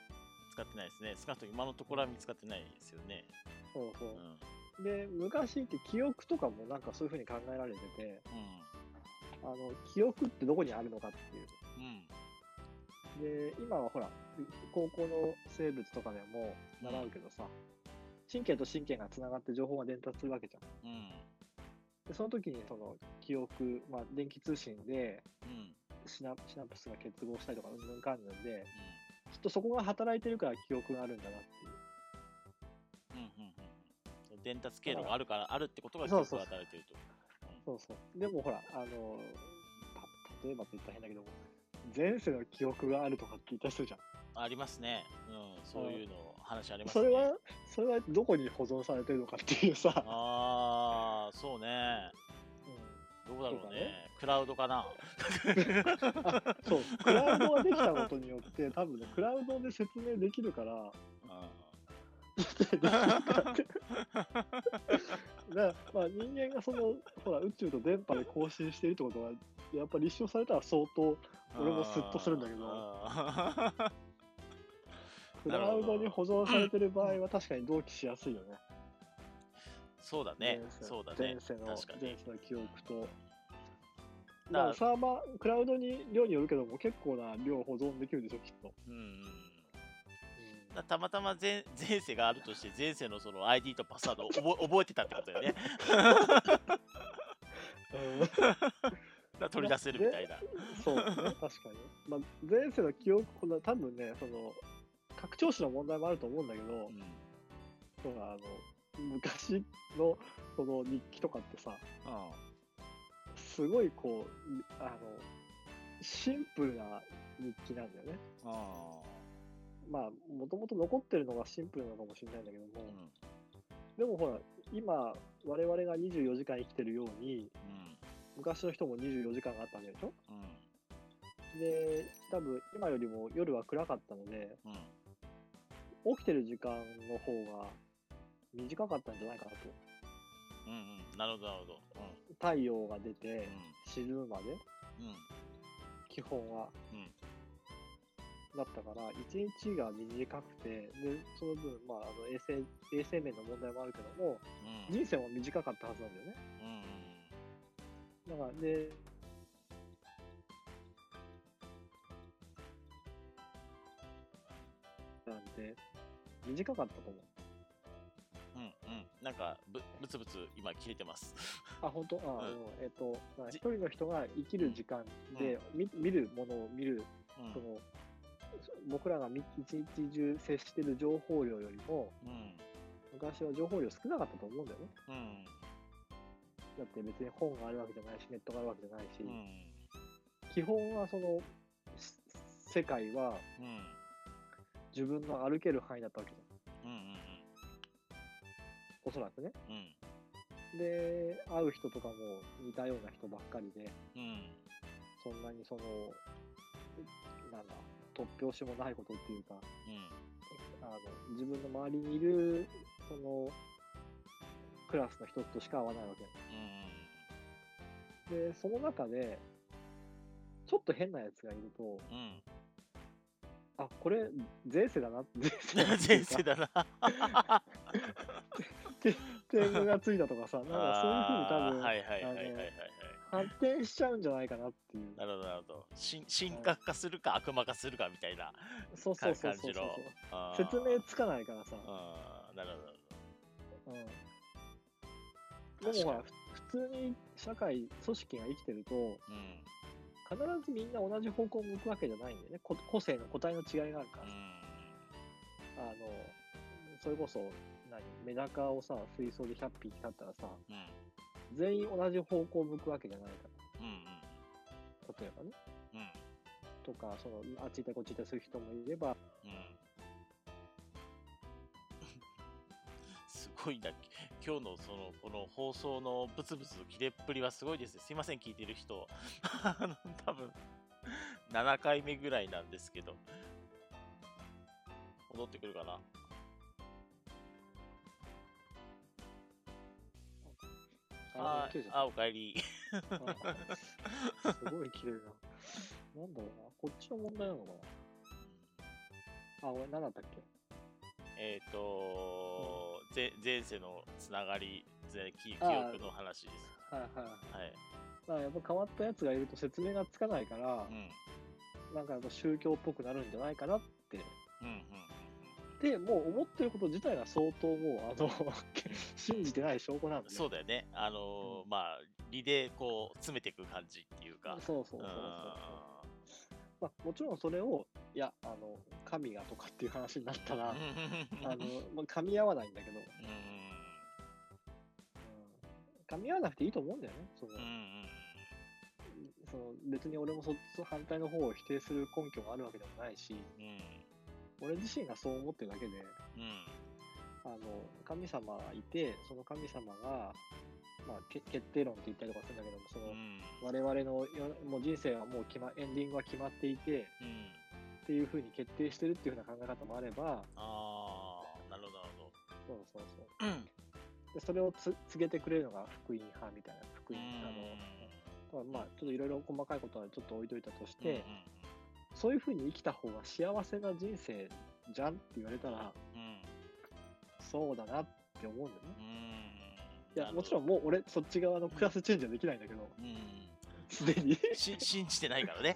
[SPEAKER 1] 使ってないですね。少なくとも今のところは見つかってないですよね。
[SPEAKER 2] そう
[SPEAKER 1] うん。
[SPEAKER 2] そううで昔って記憶とかもなんかそういうふうに考えられてて
[SPEAKER 1] ん。
[SPEAKER 2] あの記憶ってどこにあるのかっていう
[SPEAKER 1] うん。
[SPEAKER 2] で、今はほら、高校の生物とかでも習うけどさ、神経と神経がつながって情報が伝達するわけじゃん。
[SPEAKER 1] うん。
[SPEAKER 2] で、その時にその記憶、まあ、電気通信で
[SPEAKER 1] うん。
[SPEAKER 2] シナシナプスが結合したりとか、うんぬんかんぬんで、きっとそこが働いてるから記憶があるんだなっていう。
[SPEAKER 1] うん。うん。うん。うん。伝達経路があるから、あるってことが
[SPEAKER 2] そう
[SPEAKER 1] 結
[SPEAKER 2] そ
[SPEAKER 1] 構
[SPEAKER 2] うそう
[SPEAKER 1] 働いてると。
[SPEAKER 2] そうそう。でもほら、あの、た例えばって言ったら変だけども、前世の記憶があるとか聞いた人じゃん。
[SPEAKER 1] ありますね。うん。そういうの、話あります
[SPEAKER 2] そ
[SPEAKER 1] ね。
[SPEAKER 2] れは、それはどこに保存されてるのかっていうさ、
[SPEAKER 1] ああ、そうね。どうだろ
[SPEAKER 2] そううだ
[SPEAKER 1] ね
[SPEAKER 2] ね。
[SPEAKER 1] クラウドかな。
[SPEAKER 2] あそう、クラウドができたことによって、多分ね、クラウドで説明できるから、
[SPEAKER 1] う
[SPEAKER 2] できるからってだからまあ、人間がその、ほら、宇宙と電波で更新しているってことは、やっぱ立証されたら相当、
[SPEAKER 1] ん
[SPEAKER 2] 俺もスッとするんだけど
[SPEAKER 1] あー
[SPEAKER 2] クラウドに保存されてる場合は確かに同期しやすいよね。
[SPEAKER 1] そうだね。
[SPEAKER 2] 前世
[SPEAKER 1] そうだね。
[SPEAKER 2] 前世の
[SPEAKER 1] 確かに
[SPEAKER 2] 前。世の記憶
[SPEAKER 1] だ
[SPEAKER 2] と。
[SPEAKER 1] から
[SPEAKER 2] まあ、サーバー、クラウドに量によるけども、結構な量保存できるでしょ、きっと。
[SPEAKER 1] うんうん。だたまたま前前世があるとして、前世のそ の ID とパスワードを覚え覚えてたってことだよね。
[SPEAKER 2] うん
[SPEAKER 1] だ取り出せるみたいな。
[SPEAKER 2] そうね、確かに。まあ、前世の記憶、こんな多分ね、その、拡張子の問題もあると思うんだけど
[SPEAKER 1] う、ん
[SPEAKER 2] ほらあの、昔の、その日記とかってさ、
[SPEAKER 1] うん
[SPEAKER 2] すごいこう、あの、シンプルな日記なんだよね。
[SPEAKER 1] あ
[SPEAKER 2] まあ、もともと残ってるのがシンプルなのかもしれないんだけど
[SPEAKER 1] ーう
[SPEAKER 2] も、
[SPEAKER 1] ん
[SPEAKER 2] でもほら、今、我々が24時間生きてるように、昔の人も24時間があったわけでしょ
[SPEAKER 1] うん
[SPEAKER 2] で、多分今よりも夜は暗かったので、
[SPEAKER 1] うんうん
[SPEAKER 2] 起きてる時間の方が短かったんじゃないかなと。
[SPEAKER 1] うんうんなるほどなるほど。
[SPEAKER 2] 太陽が出て
[SPEAKER 1] うん
[SPEAKER 2] 死ぬまで、
[SPEAKER 1] うんうん
[SPEAKER 2] 基本は。
[SPEAKER 1] うん
[SPEAKER 2] だったから、1日が短くて、で、その分、まあ、あの衛生、衛生面の問題もあるけども、
[SPEAKER 1] うん
[SPEAKER 2] 人生も短かったはずなんだよね。
[SPEAKER 1] うん
[SPEAKER 2] だから、で、なんて、短かったと思う。
[SPEAKER 1] うんうんなんかぶぶつぶつ今切れてます。
[SPEAKER 2] あ、本当あ、
[SPEAKER 1] ん
[SPEAKER 2] あのえっと、まあ
[SPEAKER 1] じ
[SPEAKER 2] 一人の人が生きる時間で、み見るものを見る、
[SPEAKER 1] う
[SPEAKER 2] そ
[SPEAKER 1] ん
[SPEAKER 2] の、僕らがみ一日中接してる情報量よりも、
[SPEAKER 1] うん
[SPEAKER 2] 昔は情報量少なかったと思うんだよね。
[SPEAKER 1] うん
[SPEAKER 2] だって別に本があるわけじゃないし、ネットがあるわけじゃないし、
[SPEAKER 1] うん
[SPEAKER 2] 基本はその、し世界は
[SPEAKER 1] うん
[SPEAKER 2] 自分の歩ける範囲だったわけじゃん。
[SPEAKER 1] うん
[SPEAKER 2] おそらくね。
[SPEAKER 1] うんうん
[SPEAKER 2] で、会う人とかも似たような人ばっかりで、
[SPEAKER 1] うん
[SPEAKER 2] そんなにその、なんだ、突拍子もないことっていうか、あの自分の周りにいるそのクラスの人としか会わないわけでその中でちょっと変なやつがいると
[SPEAKER 1] うんうん
[SPEAKER 2] あこれ前世だな前世だなってい
[SPEAKER 1] 前世だ
[SPEAKER 2] うか
[SPEAKER 1] な。
[SPEAKER 2] 天狗がついたとかさなんかそういうふう
[SPEAKER 1] あー
[SPEAKER 2] に多分、
[SPEAKER 1] はいはいはいはいはいはい。
[SPEAKER 2] 発展しちゃうんじゃないかなっていう
[SPEAKER 1] なるほどなるほど。神神格化するか悪魔化するかみたいな。
[SPEAKER 2] そうそうそうそうそう
[SPEAKER 1] 感あー
[SPEAKER 2] 説明つかないからさ、
[SPEAKER 1] あーなるほどなる
[SPEAKER 2] うん、
[SPEAKER 1] ほど。
[SPEAKER 2] でもほら
[SPEAKER 1] 確か
[SPEAKER 2] 普通に社会組織が生きてると
[SPEAKER 1] に
[SPEAKER 2] 必ずみんな同じ方向を向くわけじゃないんだよねこ個性の個体の違いがあるから
[SPEAKER 1] う
[SPEAKER 2] さ
[SPEAKER 1] ん
[SPEAKER 2] あの、それこそ、何、メダカをさ、水槽で100匹飼ったらさ、
[SPEAKER 1] うんうん
[SPEAKER 2] 全員同じ方向を向くわけじゃないか
[SPEAKER 1] うん
[SPEAKER 2] ら、例えばね。
[SPEAKER 1] うんうん
[SPEAKER 2] とか、その、あっち行ったりこっち行ったりする人もいれば、
[SPEAKER 1] うんすごいな、今日のそのこの放送のブツブツの切れっぷりはすごいですね。すいません、聞いてる人。あの多分7回目ぐらいなんですけど。戻ってくるかな。あ
[SPEAKER 2] 切れちゃ
[SPEAKER 1] あ、おかえり。
[SPEAKER 2] ったあすごい綺麗な。なんだろうな、こっちの問題なのかな。あ、俺、何だったっけ
[SPEAKER 1] えっ、とぜ前世のつながり、ぜ記記
[SPEAKER 2] あー
[SPEAKER 1] 憶の話です。
[SPEAKER 2] はいはい。
[SPEAKER 1] はい。
[SPEAKER 2] まあ、やっぱ変わったやつがいると説明がつかないから
[SPEAKER 1] う、ん。
[SPEAKER 2] なんかやっぱ宗教っぽくなるんじゃないかなって
[SPEAKER 1] うんうんうん
[SPEAKER 2] でもう思ってること自体が相当もうあの 信じてない証拠なん
[SPEAKER 1] う
[SPEAKER 2] で
[SPEAKER 1] ん、そう
[SPEAKER 2] だ
[SPEAKER 1] だよね。あのー
[SPEAKER 2] う
[SPEAKER 1] まあ、理でこう、詰めていく感じっていうか。
[SPEAKER 2] そうそうそうそううんそうまあ、もちろんそれをいやあの神がとかっていう話になったら、あのまあ、噛み合わないんだけど、うん、
[SPEAKER 1] う
[SPEAKER 2] 噛み合わなくていいと思うんだよねその、
[SPEAKER 1] んうんうん
[SPEAKER 2] その別に俺もそそ反対の方を否定する根拠があるわけでもないし
[SPEAKER 1] うん
[SPEAKER 2] 俺自身がそう思ってるだけで
[SPEAKER 1] うんうん
[SPEAKER 2] あの神様がいてその神様が、まあ、け決定論って言ったりとかするんだけどもその、
[SPEAKER 1] うん
[SPEAKER 2] 我々のよもう人生はもう決、ま、エンディングは決まっていて
[SPEAKER 1] うん
[SPEAKER 2] っていうふうに決定してるっていうふうな考え方もあれば
[SPEAKER 1] ああ、なるほど、なるほど。
[SPEAKER 2] そうそうそう
[SPEAKER 1] うん
[SPEAKER 2] でそれをつ告げてくれるのが福音派みたいな福
[SPEAKER 1] う
[SPEAKER 2] 音
[SPEAKER 1] ん
[SPEAKER 2] あのまあちょっといろいろ細かいことはちょっと置いといたとし
[SPEAKER 1] うん
[SPEAKER 2] て、そういうふうに生きた方が幸せな人生じゃんって言われたら
[SPEAKER 1] うんうん
[SPEAKER 2] そうだなって思うんだよね
[SPEAKER 1] うんうん
[SPEAKER 2] い
[SPEAKER 1] なるほ
[SPEAKER 2] や
[SPEAKER 1] ど
[SPEAKER 2] もちろんもう俺そっち側のクラスチェンジはできないんだけど
[SPEAKER 1] うん
[SPEAKER 2] すで に
[SPEAKER 1] し信じてないからね。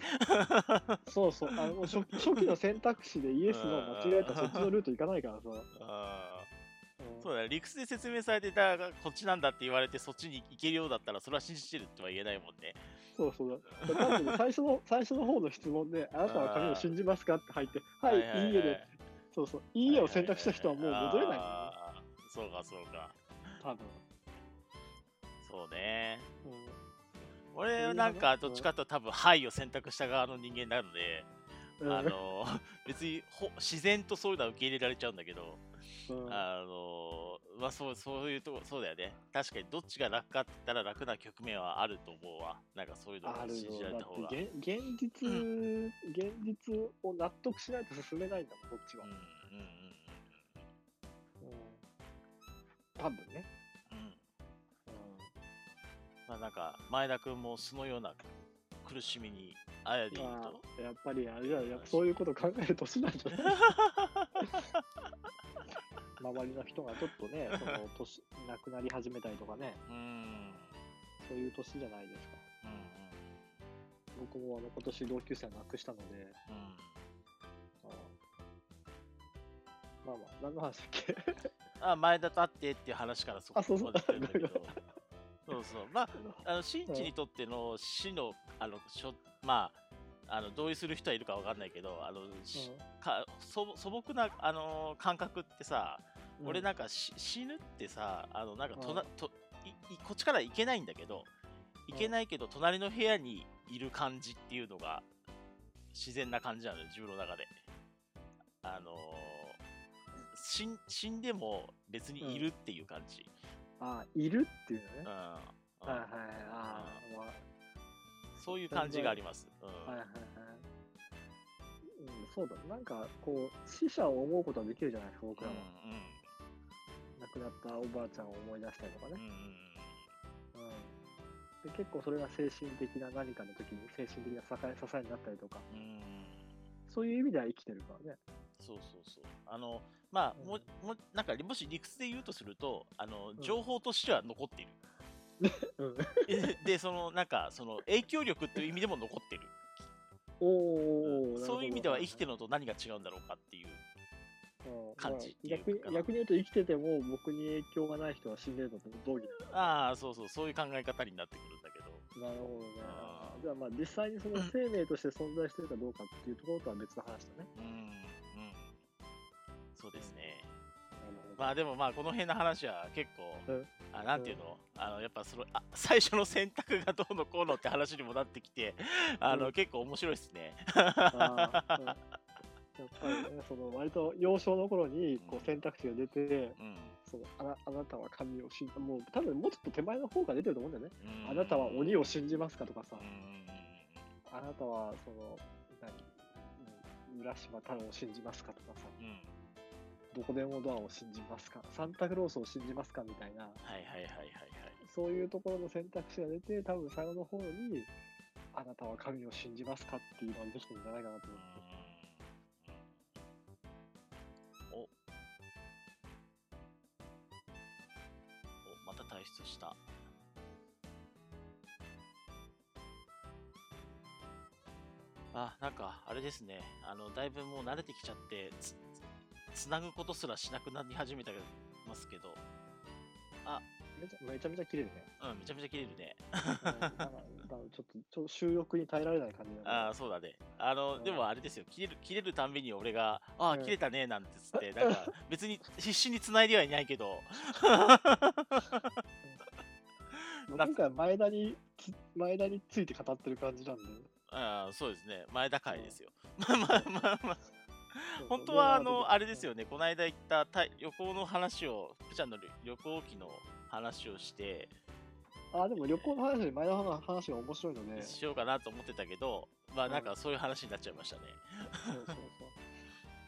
[SPEAKER 2] そうそうあの初初期の選択肢でイエスの間違えたそっちのルート行かないからさ、
[SPEAKER 1] あー
[SPEAKER 2] うん
[SPEAKER 1] そうだ、理屈で説明されてたがこっちなんだって言われてそっちに行けるようだったらそれは信じてるとは言えないもんね。
[SPEAKER 2] そうそうだ。だって最初の、最初の方の質問で、あなたは神を信じますかって入って、はい、いいえで、そうそう、いいえを選択した人はもう戻れないんだよね、
[SPEAKER 1] あーそうかそうか。
[SPEAKER 2] 多分。
[SPEAKER 1] そうね。
[SPEAKER 2] うん
[SPEAKER 1] 俺なんかどっちかというと多分「はい」を選択した側の人間なので、
[SPEAKER 2] うん
[SPEAKER 1] あの 別にほ自然とそういうのは受け入れられちゃうんだけど、
[SPEAKER 2] うん
[SPEAKER 1] あのまあそうそういうとこそうだよね確かにどっちが楽かって言ったら楽な局面はあると思うわなんかそういうの
[SPEAKER 2] あ
[SPEAKER 1] を
[SPEAKER 2] る
[SPEAKER 1] 信じられ
[SPEAKER 2] よ。だ
[SPEAKER 1] た方
[SPEAKER 2] っ
[SPEAKER 1] が、
[SPEAKER 2] て、現現実、現実を納得しないと進めないんだもん、こっち
[SPEAKER 1] う
[SPEAKER 2] は
[SPEAKER 1] ん。うんうん
[SPEAKER 2] うん多分ね。
[SPEAKER 1] うんうんまあなんか前田君もそのような苦しみにあやでいる
[SPEAKER 2] ま
[SPEAKER 1] と
[SPEAKER 2] あ、やっぱりあれだよ、やっぱそういうこと考える年なんじ ゃない周りの人がちょっとね、その年、亡くなり始めたりとかね。
[SPEAKER 1] うんうん
[SPEAKER 2] そういう年じゃないですか。僕もあの今年同級生を亡くしたので、
[SPEAKER 1] うんうん
[SPEAKER 2] あまあまあ、何の話だ っけ
[SPEAKER 1] あ前田と会ってっていう話からそこ
[SPEAKER 2] あそうそう
[SPEAKER 1] まで来てるんだけどそうそうまああの新地にとっての死のあのしょまああの同意する人はいるかわかんないけどあの、しか素素朴なあの感覚ってさ、
[SPEAKER 2] うん
[SPEAKER 1] 俺なんかし死ぬってさあのなんかとな、
[SPEAKER 2] うん
[SPEAKER 1] といいこっちから行けないんだけど行けないけど隣の部屋にいる感じっていうのが自然な感じなのよ自分の中で。あのー死ん死んでも別にいるっていう感じ。
[SPEAKER 2] あいるっていうの
[SPEAKER 1] うん
[SPEAKER 2] ね。
[SPEAKER 1] うん
[SPEAKER 2] はいはい、あーま
[SPEAKER 1] そういう感じがあります。うん
[SPEAKER 2] あ、はいはいはい。うん、そうだ、なんかこう、死者を思うことはできるじゃないですか、僕
[SPEAKER 1] うん
[SPEAKER 2] らは。亡くなったおばあちゃんを思い出したりとか
[SPEAKER 1] うんうん
[SPEAKER 2] ね。うんで結構それが精神的な何かの時に精神的な支え支えになったりとか、
[SPEAKER 1] うんうん
[SPEAKER 2] そういう意味では生きてるからね。
[SPEAKER 1] そうそうそう。あの、まあ、も
[SPEAKER 2] う
[SPEAKER 1] もなんか、もし理屈で言うとすると、あの
[SPEAKER 2] ん
[SPEAKER 1] 情報としては残っている。
[SPEAKER 2] うん、
[SPEAKER 1] えで、その、なんか、その影響力という意味でも残っている。
[SPEAKER 2] おお、
[SPEAKER 1] そういう意味では生きて
[SPEAKER 2] る
[SPEAKER 1] るのと何が違うんだろうかっていう。
[SPEAKER 2] うん
[SPEAKER 1] 感じ
[SPEAKER 2] まあ逆に
[SPEAKER 1] っていうかな
[SPEAKER 2] 逆に言うと生きてても僕に影響がない人は死んでるのと同義だ
[SPEAKER 1] ああ、そうそう、そういう考え方になってくるんだけど。
[SPEAKER 2] なるほどね
[SPEAKER 1] あー
[SPEAKER 2] じゃあまあ実際にその生命として存在してるかどうかっていうところとは別の話だね
[SPEAKER 1] うん、うん。そうですね。
[SPEAKER 2] なるほど、
[SPEAKER 1] まあでもまあこの辺の話は結構、
[SPEAKER 2] うん
[SPEAKER 1] あなんていうの,、あのやっぱそのあ最初の選択がどうのこうのって話にもなってきてあの、
[SPEAKER 2] うん
[SPEAKER 1] 結構面白いですね。
[SPEAKER 2] あーうんやっぱりねその割と幼少の頃にこう選択肢が出て
[SPEAKER 1] うん
[SPEAKER 2] そのあなあなたは神を信じもう多分もうちょっと手前の方が出てると思うんだよね
[SPEAKER 1] うん
[SPEAKER 2] あなたは鬼を信じますかとかさ
[SPEAKER 1] うん
[SPEAKER 2] あなたはその何うん浦島太郎を信じますかとかさ
[SPEAKER 1] うんうん
[SPEAKER 2] どこでもドアを信じますか、サンタクロースを信じますかみたいな、
[SPEAKER 1] はいはいはいはいはい。
[SPEAKER 2] そういうところの選択肢が出て、多分最後の方に、あなたは神を信じますかっていうのができてるんじゃないかなと思って。
[SPEAKER 1] うんおおまた退出した。あ、なんか、あれですね。あの、だいぶもう慣れてきちゃって、つ、つつなぐことすらしなくなり始めたますけど、
[SPEAKER 2] めちゃめちゃめち ゃ綺麗ね。
[SPEAKER 1] うん、めちゃめちゃ切れるね。
[SPEAKER 2] うんなんかなんかちょっと、ちょっと収録に耐えられない感じだ
[SPEAKER 1] ああ、そうだね。あの、でもあれですよ。切れる、切れるたんびに俺が、ああ、
[SPEAKER 2] うん
[SPEAKER 1] 切れたね、なんてつ って、なんか、別に必死に繋いではいないけど、
[SPEAKER 2] もう今回は前田につ、前田について語ってる感じなんで。
[SPEAKER 1] ああ、そうですね。前田会ですよ。 まあ まあまあまあ。本当はあのあれですよね、この間行ったタイ旅行の話を、福ちゃんの旅旅行記の話をして、
[SPEAKER 2] うん。あ、でも旅行の話より前田の話が面白いのね。
[SPEAKER 1] しようかなと思ってたけど、まあ
[SPEAKER 2] うん
[SPEAKER 1] なんかそういう話になっちゃいましたね。
[SPEAKER 2] そうそう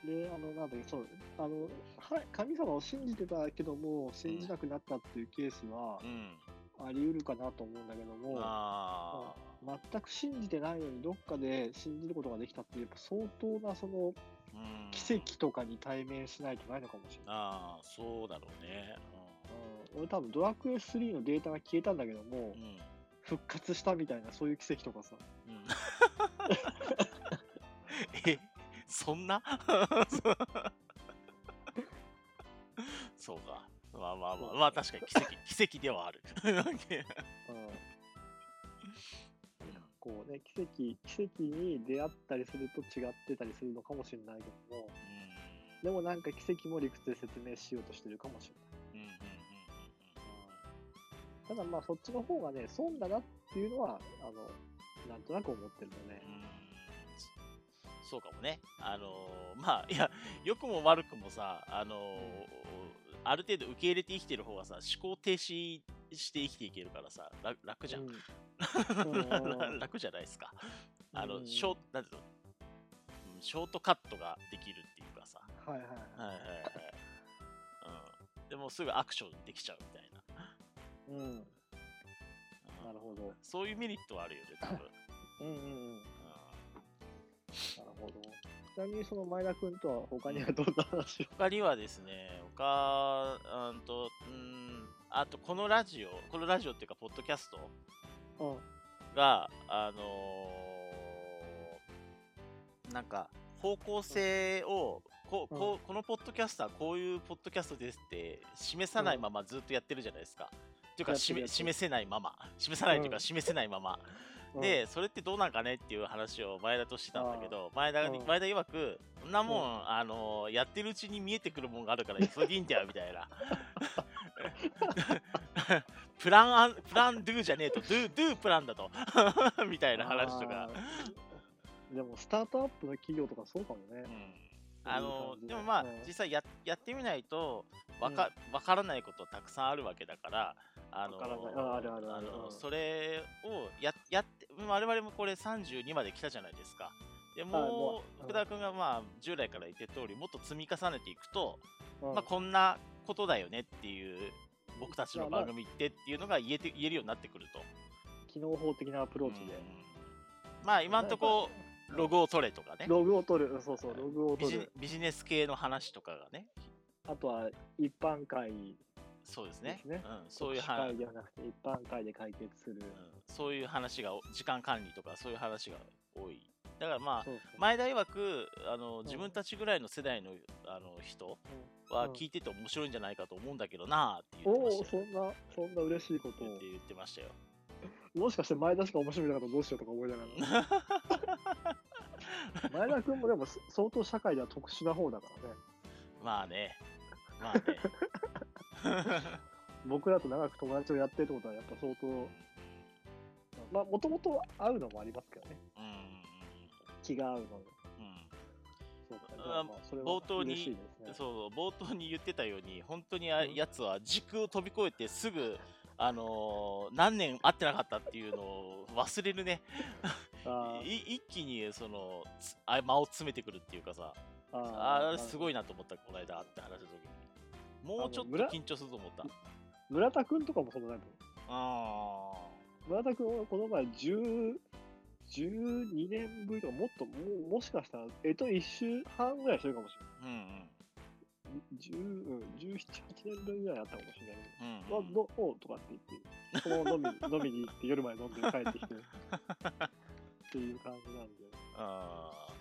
[SPEAKER 2] そう。で、あの、なんだっけ、そう、あの、は神様を信じてたけども、信じなくなったっていうケースは
[SPEAKER 1] う、ん。
[SPEAKER 2] あり得るかなと思うんだけども、
[SPEAKER 1] あ
[SPEAKER 2] 全く信じてないのに、どっかで信じることができたっていう、やっぱ相当なその
[SPEAKER 1] あ。うん。
[SPEAKER 2] 奇跡とかに対面しないとないのかもしれない。
[SPEAKER 1] ああ、そうだろうね。
[SPEAKER 2] うん俺多分ドラクエ3のデータが消えたんだけども、
[SPEAKER 1] うん。うん。
[SPEAKER 2] 復活したみたいなそういう奇跡とかさ
[SPEAKER 1] うん えそんなそうか。まあまあまあ、まあ確かに奇跡、 奇跡ではある。
[SPEAKER 2] うんこうね奇跡奇跡に出会ったりすると違ってたりするのかもしれないけどもでもなんか奇跡も理屈で説明しようとしてるかもしれ
[SPEAKER 1] うんうんうんうん
[SPEAKER 2] ない、ただまあそっちの方がね損だなっていうのはあのなんとなく思ってるのね
[SPEAKER 1] うんうんそそうかもね。あのーまあいや良くも悪くもさあのーある程度受け入れて生きてる方がさ思考停止して生きていけるからさ楽楽じゃん、
[SPEAKER 2] うんうん
[SPEAKER 1] 楽じゃないですか。あの、
[SPEAKER 2] うん
[SPEAKER 1] ショーなんていうのうんショートカットができるっていうかさ。
[SPEAKER 2] はいはい
[SPEAKER 1] はい
[SPEAKER 2] は
[SPEAKER 1] はいはい。うん、でもすぐアクションできちゃうみたいな。
[SPEAKER 2] い、うん、
[SPEAKER 1] うん
[SPEAKER 2] なるほど
[SPEAKER 1] そういうメリットはあるよね、多分。
[SPEAKER 2] うんうんうんな
[SPEAKER 1] うん
[SPEAKER 2] るほどちなみにその前田君とは他にはどんな話を
[SPEAKER 1] 他にはですね、他、うんと、うん、あとこのラジオ、このラジオっていうか、ポッドキャスト
[SPEAKER 2] うん
[SPEAKER 1] が、あのーなんか、方向性を、こ
[SPEAKER 2] うん
[SPEAKER 1] こうこのポッドキャストはこういうポッドキャストですって示さないままずっとやってるじゃないですか。っていうか
[SPEAKER 2] やってる
[SPEAKER 1] 示
[SPEAKER 2] やってる
[SPEAKER 1] 示せないまま示さないという
[SPEAKER 2] う
[SPEAKER 1] か
[SPEAKER 2] ん
[SPEAKER 1] 示せないまま、
[SPEAKER 2] うん
[SPEAKER 1] でそれってどうなんかねっていう話を前田としてたんだけど前田に
[SPEAKER 2] うん
[SPEAKER 1] 前田曰くそんなもん、あのやってるうちに見えてくるもんがあるからそれでいいんだよみたいなプランアンプランドゥじゃねえとドゥドゥプランだと みたいな話とか。
[SPEAKER 2] あーでもスタートアップの企業とかそうかもね
[SPEAKER 1] う。んあの
[SPEAKER 2] いい感じ
[SPEAKER 1] で
[SPEAKER 2] だ
[SPEAKER 1] もまあ、
[SPEAKER 2] うん
[SPEAKER 1] 実際ややってみないとわか,、わからないことたくさんあるわけだからあの
[SPEAKER 2] わからないああるあるある
[SPEAKER 1] の
[SPEAKER 2] うん
[SPEAKER 1] それをややって我々もこれ32まで来たじゃないですかでも
[SPEAKER 2] も
[SPEAKER 1] う
[SPEAKER 2] ううん
[SPEAKER 1] 福田君がまあ従来から言ってた通りもっと積み重ねていくと、
[SPEAKER 2] うん
[SPEAKER 1] まあ、こんなことだよねっていう僕たちの番組ってっていうのが言えて言えるようになってくると、
[SPEAKER 2] 機能法的なアプローチで
[SPEAKER 1] う。んまあ今んとこ
[SPEAKER 2] うん
[SPEAKER 1] ログを取れとかね
[SPEAKER 2] ログを取る、そうそう、ログを
[SPEAKER 1] ビ
[SPEAKER 2] 取
[SPEAKER 1] ジ
[SPEAKER 2] る。
[SPEAKER 1] ビジネス系の話とかがね
[SPEAKER 2] あとは一般会、
[SPEAKER 1] そうですね。
[SPEAKER 2] ですね
[SPEAKER 1] うん、そういう
[SPEAKER 2] 国会
[SPEAKER 1] 話、
[SPEAKER 2] ではなくて一般会で解決する
[SPEAKER 1] う。ん、そういう話が時間管理とかそういう話が多い。だからまあ
[SPEAKER 2] そうそう
[SPEAKER 1] 前田曰くあの
[SPEAKER 2] ん
[SPEAKER 1] 自分たちぐらいの世代のあの人
[SPEAKER 2] うん
[SPEAKER 1] は
[SPEAKER 2] うん
[SPEAKER 1] 聞いてて面白いんじゃないかと思うんだけどなあって言ってま
[SPEAKER 2] お
[SPEAKER 1] し
[SPEAKER 2] お、
[SPEAKER 1] た
[SPEAKER 2] そ
[SPEAKER 1] よ。
[SPEAKER 2] んな、そんな嬉しいこと
[SPEAKER 1] 言っ
[SPEAKER 2] を
[SPEAKER 1] て。言ってましたよ。
[SPEAKER 2] もしかして前田しか面白いなかったらどうしようとか思いなが ら。前田君もでもす相当社会では特殊な方だからね。
[SPEAKER 1] まあね。 ま あね。
[SPEAKER 2] 僕らと長く友達をやってるってことはやっぱ相当、まあもともと会うのもありますけどね。
[SPEAKER 1] うん
[SPEAKER 2] 気が合うの
[SPEAKER 1] う
[SPEAKER 2] も。
[SPEAKER 1] ん
[SPEAKER 2] そうか
[SPEAKER 1] あ
[SPEAKER 2] でもまあそれは
[SPEAKER 1] 冒頭に
[SPEAKER 2] 嬉しいです
[SPEAKER 1] う
[SPEAKER 2] ね
[SPEAKER 1] ん、そう冒頭に言ってたように本当にあ
[SPEAKER 2] うん
[SPEAKER 1] やつは時空を飛び越えてすぐ、あのー何年会ってなかったっていうのを忘れるね。
[SPEAKER 2] あー
[SPEAKER 1] い一気にそのつあ間を詰めてくるっていうかさ
[SPEAKER 2] あー
[SPEAKER 1] あ
[SPEAKER 2] なるほ
[SPEAKER 1] れ
[SPEAKER 2] ど
[SPEAKER 1] すごいなと思ったこの間会って話した時にもうちょっと
[SPEAKER 2] あの村
[SPEAKER 1] 緊張すると思った
[SPEAKER 2] 村田君とかもそのなんか
[SPEAKER 1] あ
[SPEAKER 2] 村田君はこの前10 12年ぶりとかもっともうもしかしたらえっと1週半ぐらいしてるかもし
[SPEAKER 1] ーうん
[SPEAKER 2] れない10うん17、8年分ぐらいあったかもしれない
[SPEAKER 1] うんうん
[SPEAKER 2] けど、
[SPEAKER 1] う
[SPEAKER 2] うんどどうとかって言って、その飲み飲みに行って夜まで飲んで帰ってきて、っていう感じなんで、うん、
[SPEAKER 1] あ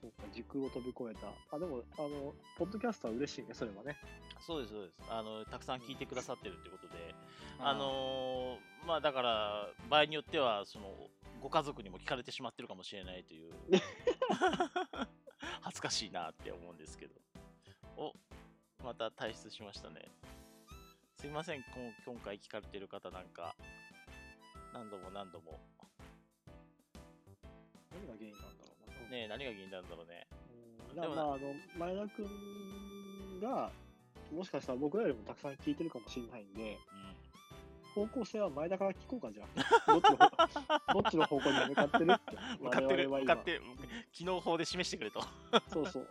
[SPEAKER 2] そうか、時空を飛び越えた。あ、でも、あの、ポッドキャストは嬉しいね、それはね。
[SPEAKER 1] ーそうです、そうです。あの、たくさん聞いてくださってるってことで、あのーまあだから、場合によっては、その、ご家族にも聞かれてしまってるかもしれないという、恥ずかしいなって思うんですけど。お、また退出しましたね。すいません、こん今回聞かれてる方なんか、何度も何度も。
[SPEAKER 2] ー、何が原因なんだろうな。
[SPEAKER 1] ねえ何が原因なんだろうね。
[SPEAKER 2] うん、だからまあ、あの、前田くんが、もしかしたら僕らよりもたくさん聞いてるかもしれないんで、
[SPEAKER 1] うん。
[SPEAKER 2] 方向性は前田から聞こうかじゃ あ。どっちの方 どっちの方向に向かってるって。
[SPEAKER 1] 向かってる、
[SPEAKER 2] 我
[SPEAKER 1] 向
[SPEAKER 2] 々
[SPEAKER 1] か
[SPEAKER 2] は
[SPEAKER 1] ってる、機能法で示してくれと。
[SPEAKER 2] 今そうそう。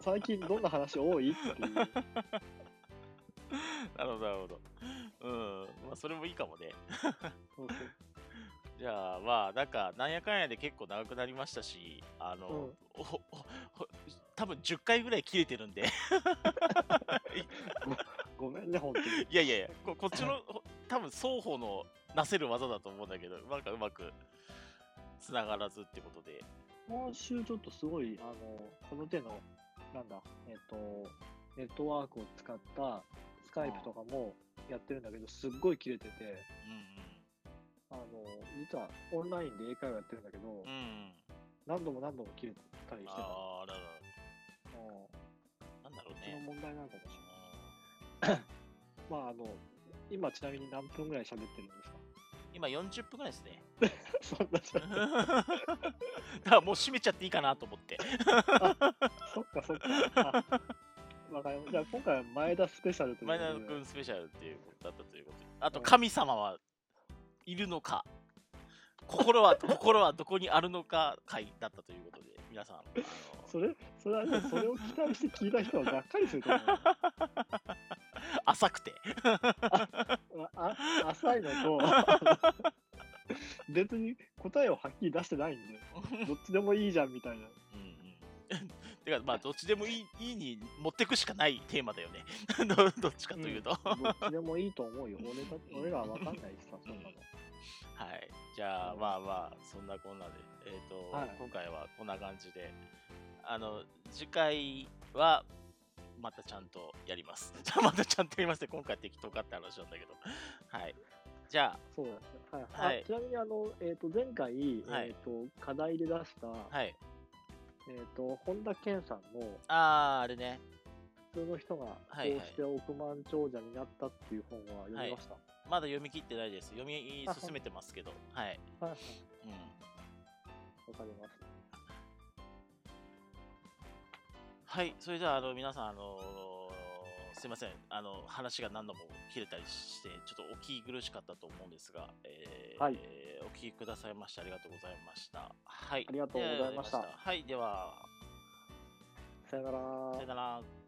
[SPEAKER 2] 最近どんな話多いっていう。
[SPEAKER 1] なるほど、なるほど。うん、まあ、それもいいかもね。
[SPEAKER 2] そうそう
[SPEAKER 1] じゃあ、まあ、なんか、なんやかんやで結構長くなりましたし、あの、
[SPEAKER 2] うん
[SPEAKER 1] おおお多分10回ぐらい切れてるんで、
[SPEAKER 2] ごめんね、本当に。
[SPEAKER 1] いやいやいや、ここっ ちの、ほ多分双方のなせる技だと思うんだけど、なんかうまく繋がらずってことで、
[SPEAKER 2] 今週ちょっとすごい、あの、この手の、なんだ、えっ、と、ネットワークを使ったスカイプとかもやってるんだけど、すっごい切れてて、
[SPEAKER 1] う
[SPEAKER 2] あの、実はオンラインで英会話やってるんだけど
[SPEAKER 1] んうん。う、ん、
[SPEAKER 2] 何度も何度も切れたりしてた。
[SPEAKER 1] ああ、なる
[SPEAKER 2] うん
[SPEAKER 1] ほど。なんだろう
[SPEAKER 2] その
[SPEAKER 1] ね。
[SPEAKER 2] 問題なのかもしれな
[SPEAKER 1] う
[SPEAKER 2] い。
[SPEAKER 1] ん
[SPEAKER 2] まああの、今ちなみに何分ぐらい喋ってるんですか
[SPEAKER 1] 今40分ぐらいですね。
[SPEAKER 2] そんなじゃ
[SPEAKER 1] だからもう閉めちゃっていいかなと思って。
[SPEAKER 2] そっかそっか。あわか りましたじゃあ今回は前田スペシャルというこ
[SPEAKER 1] 前
[SPEAKER 2] とで
[SPEAKER 1] 田君スペシャルっていうことだったということであと
[SPEAKER 2] うん
[SPEAKER 1] 神様はいるのか心 は心はどこにあるのか会だったということで皆さんあの
[SPEAKER 2] それ、それはね、それを期待して聞いた人はがっかりすると思うよ。
[SPEAKER 1] 浅くて
[SPEAKER 2] ああ浅いのと、あの別に答えをはっきり出してないんで、 どっちでもいいじゃんみたいな。
[SPEAKER 1] うんうんてかまあどっちでもいいいいに持ってくしかないテーマだよね どどっちかというと、
[SPEAKER 2] どっちでもいいと思うよ。俺 だ俺らはわかんないしさ、そんなの。
[SPEAKER 1] はいじゃあまあまあそんなこんなでえっ、と、
[SPEAKER 2] はい
[SPEAKER 1] 今回はこんな感じであの次回はまたちゃんとやります またちゃんとやりますね今回適当かって話なんだけどはいじゃ
[SPEAKER 2] そうなんですね。はい。
[SPEAKER 1] はい
[SPEAKER 2] あちなみにあの、えっ、と、前回、
[SPEAKER 1] はい
[SPEAKER 2] えっ、と、課題で出した、
[SPEAKER 1] あはい
[SPEAKER 2] えっ、と、本田健さんの、
[SPEAKER 1] あーあれね
[SPEAKER 2] 普通の人がこ
[SPEAKER 1] はいはいう
[SPEAKER 2] して億万長者になったっていう本は読みました。
[SPEAKER 1] まだ読み切ってないです読み
[SPEAKER 2] あそう
[SPEAKER 1] 進めてますけどはい、
[SPEAKER 2] はい、わ
[SPEAKER 1] うん、
[SPEAKER 2] かります。
[SPEAKER 1] はいそれではあの皆さんあのすいませんあの話が何度も切れたりしてちょっとお聞き苦しかったと思うんですが、えー
[SPEAKER 2] はい
[SPEAKER 1] お聞きくださいましてありがとうございましたはい
[SPEAKER 2] ありがとうございました
[SPEAKER 1] ではありがとうございましたはいでは
[SPEAKER 2] さよなら
[SPEAKER 1] さよなら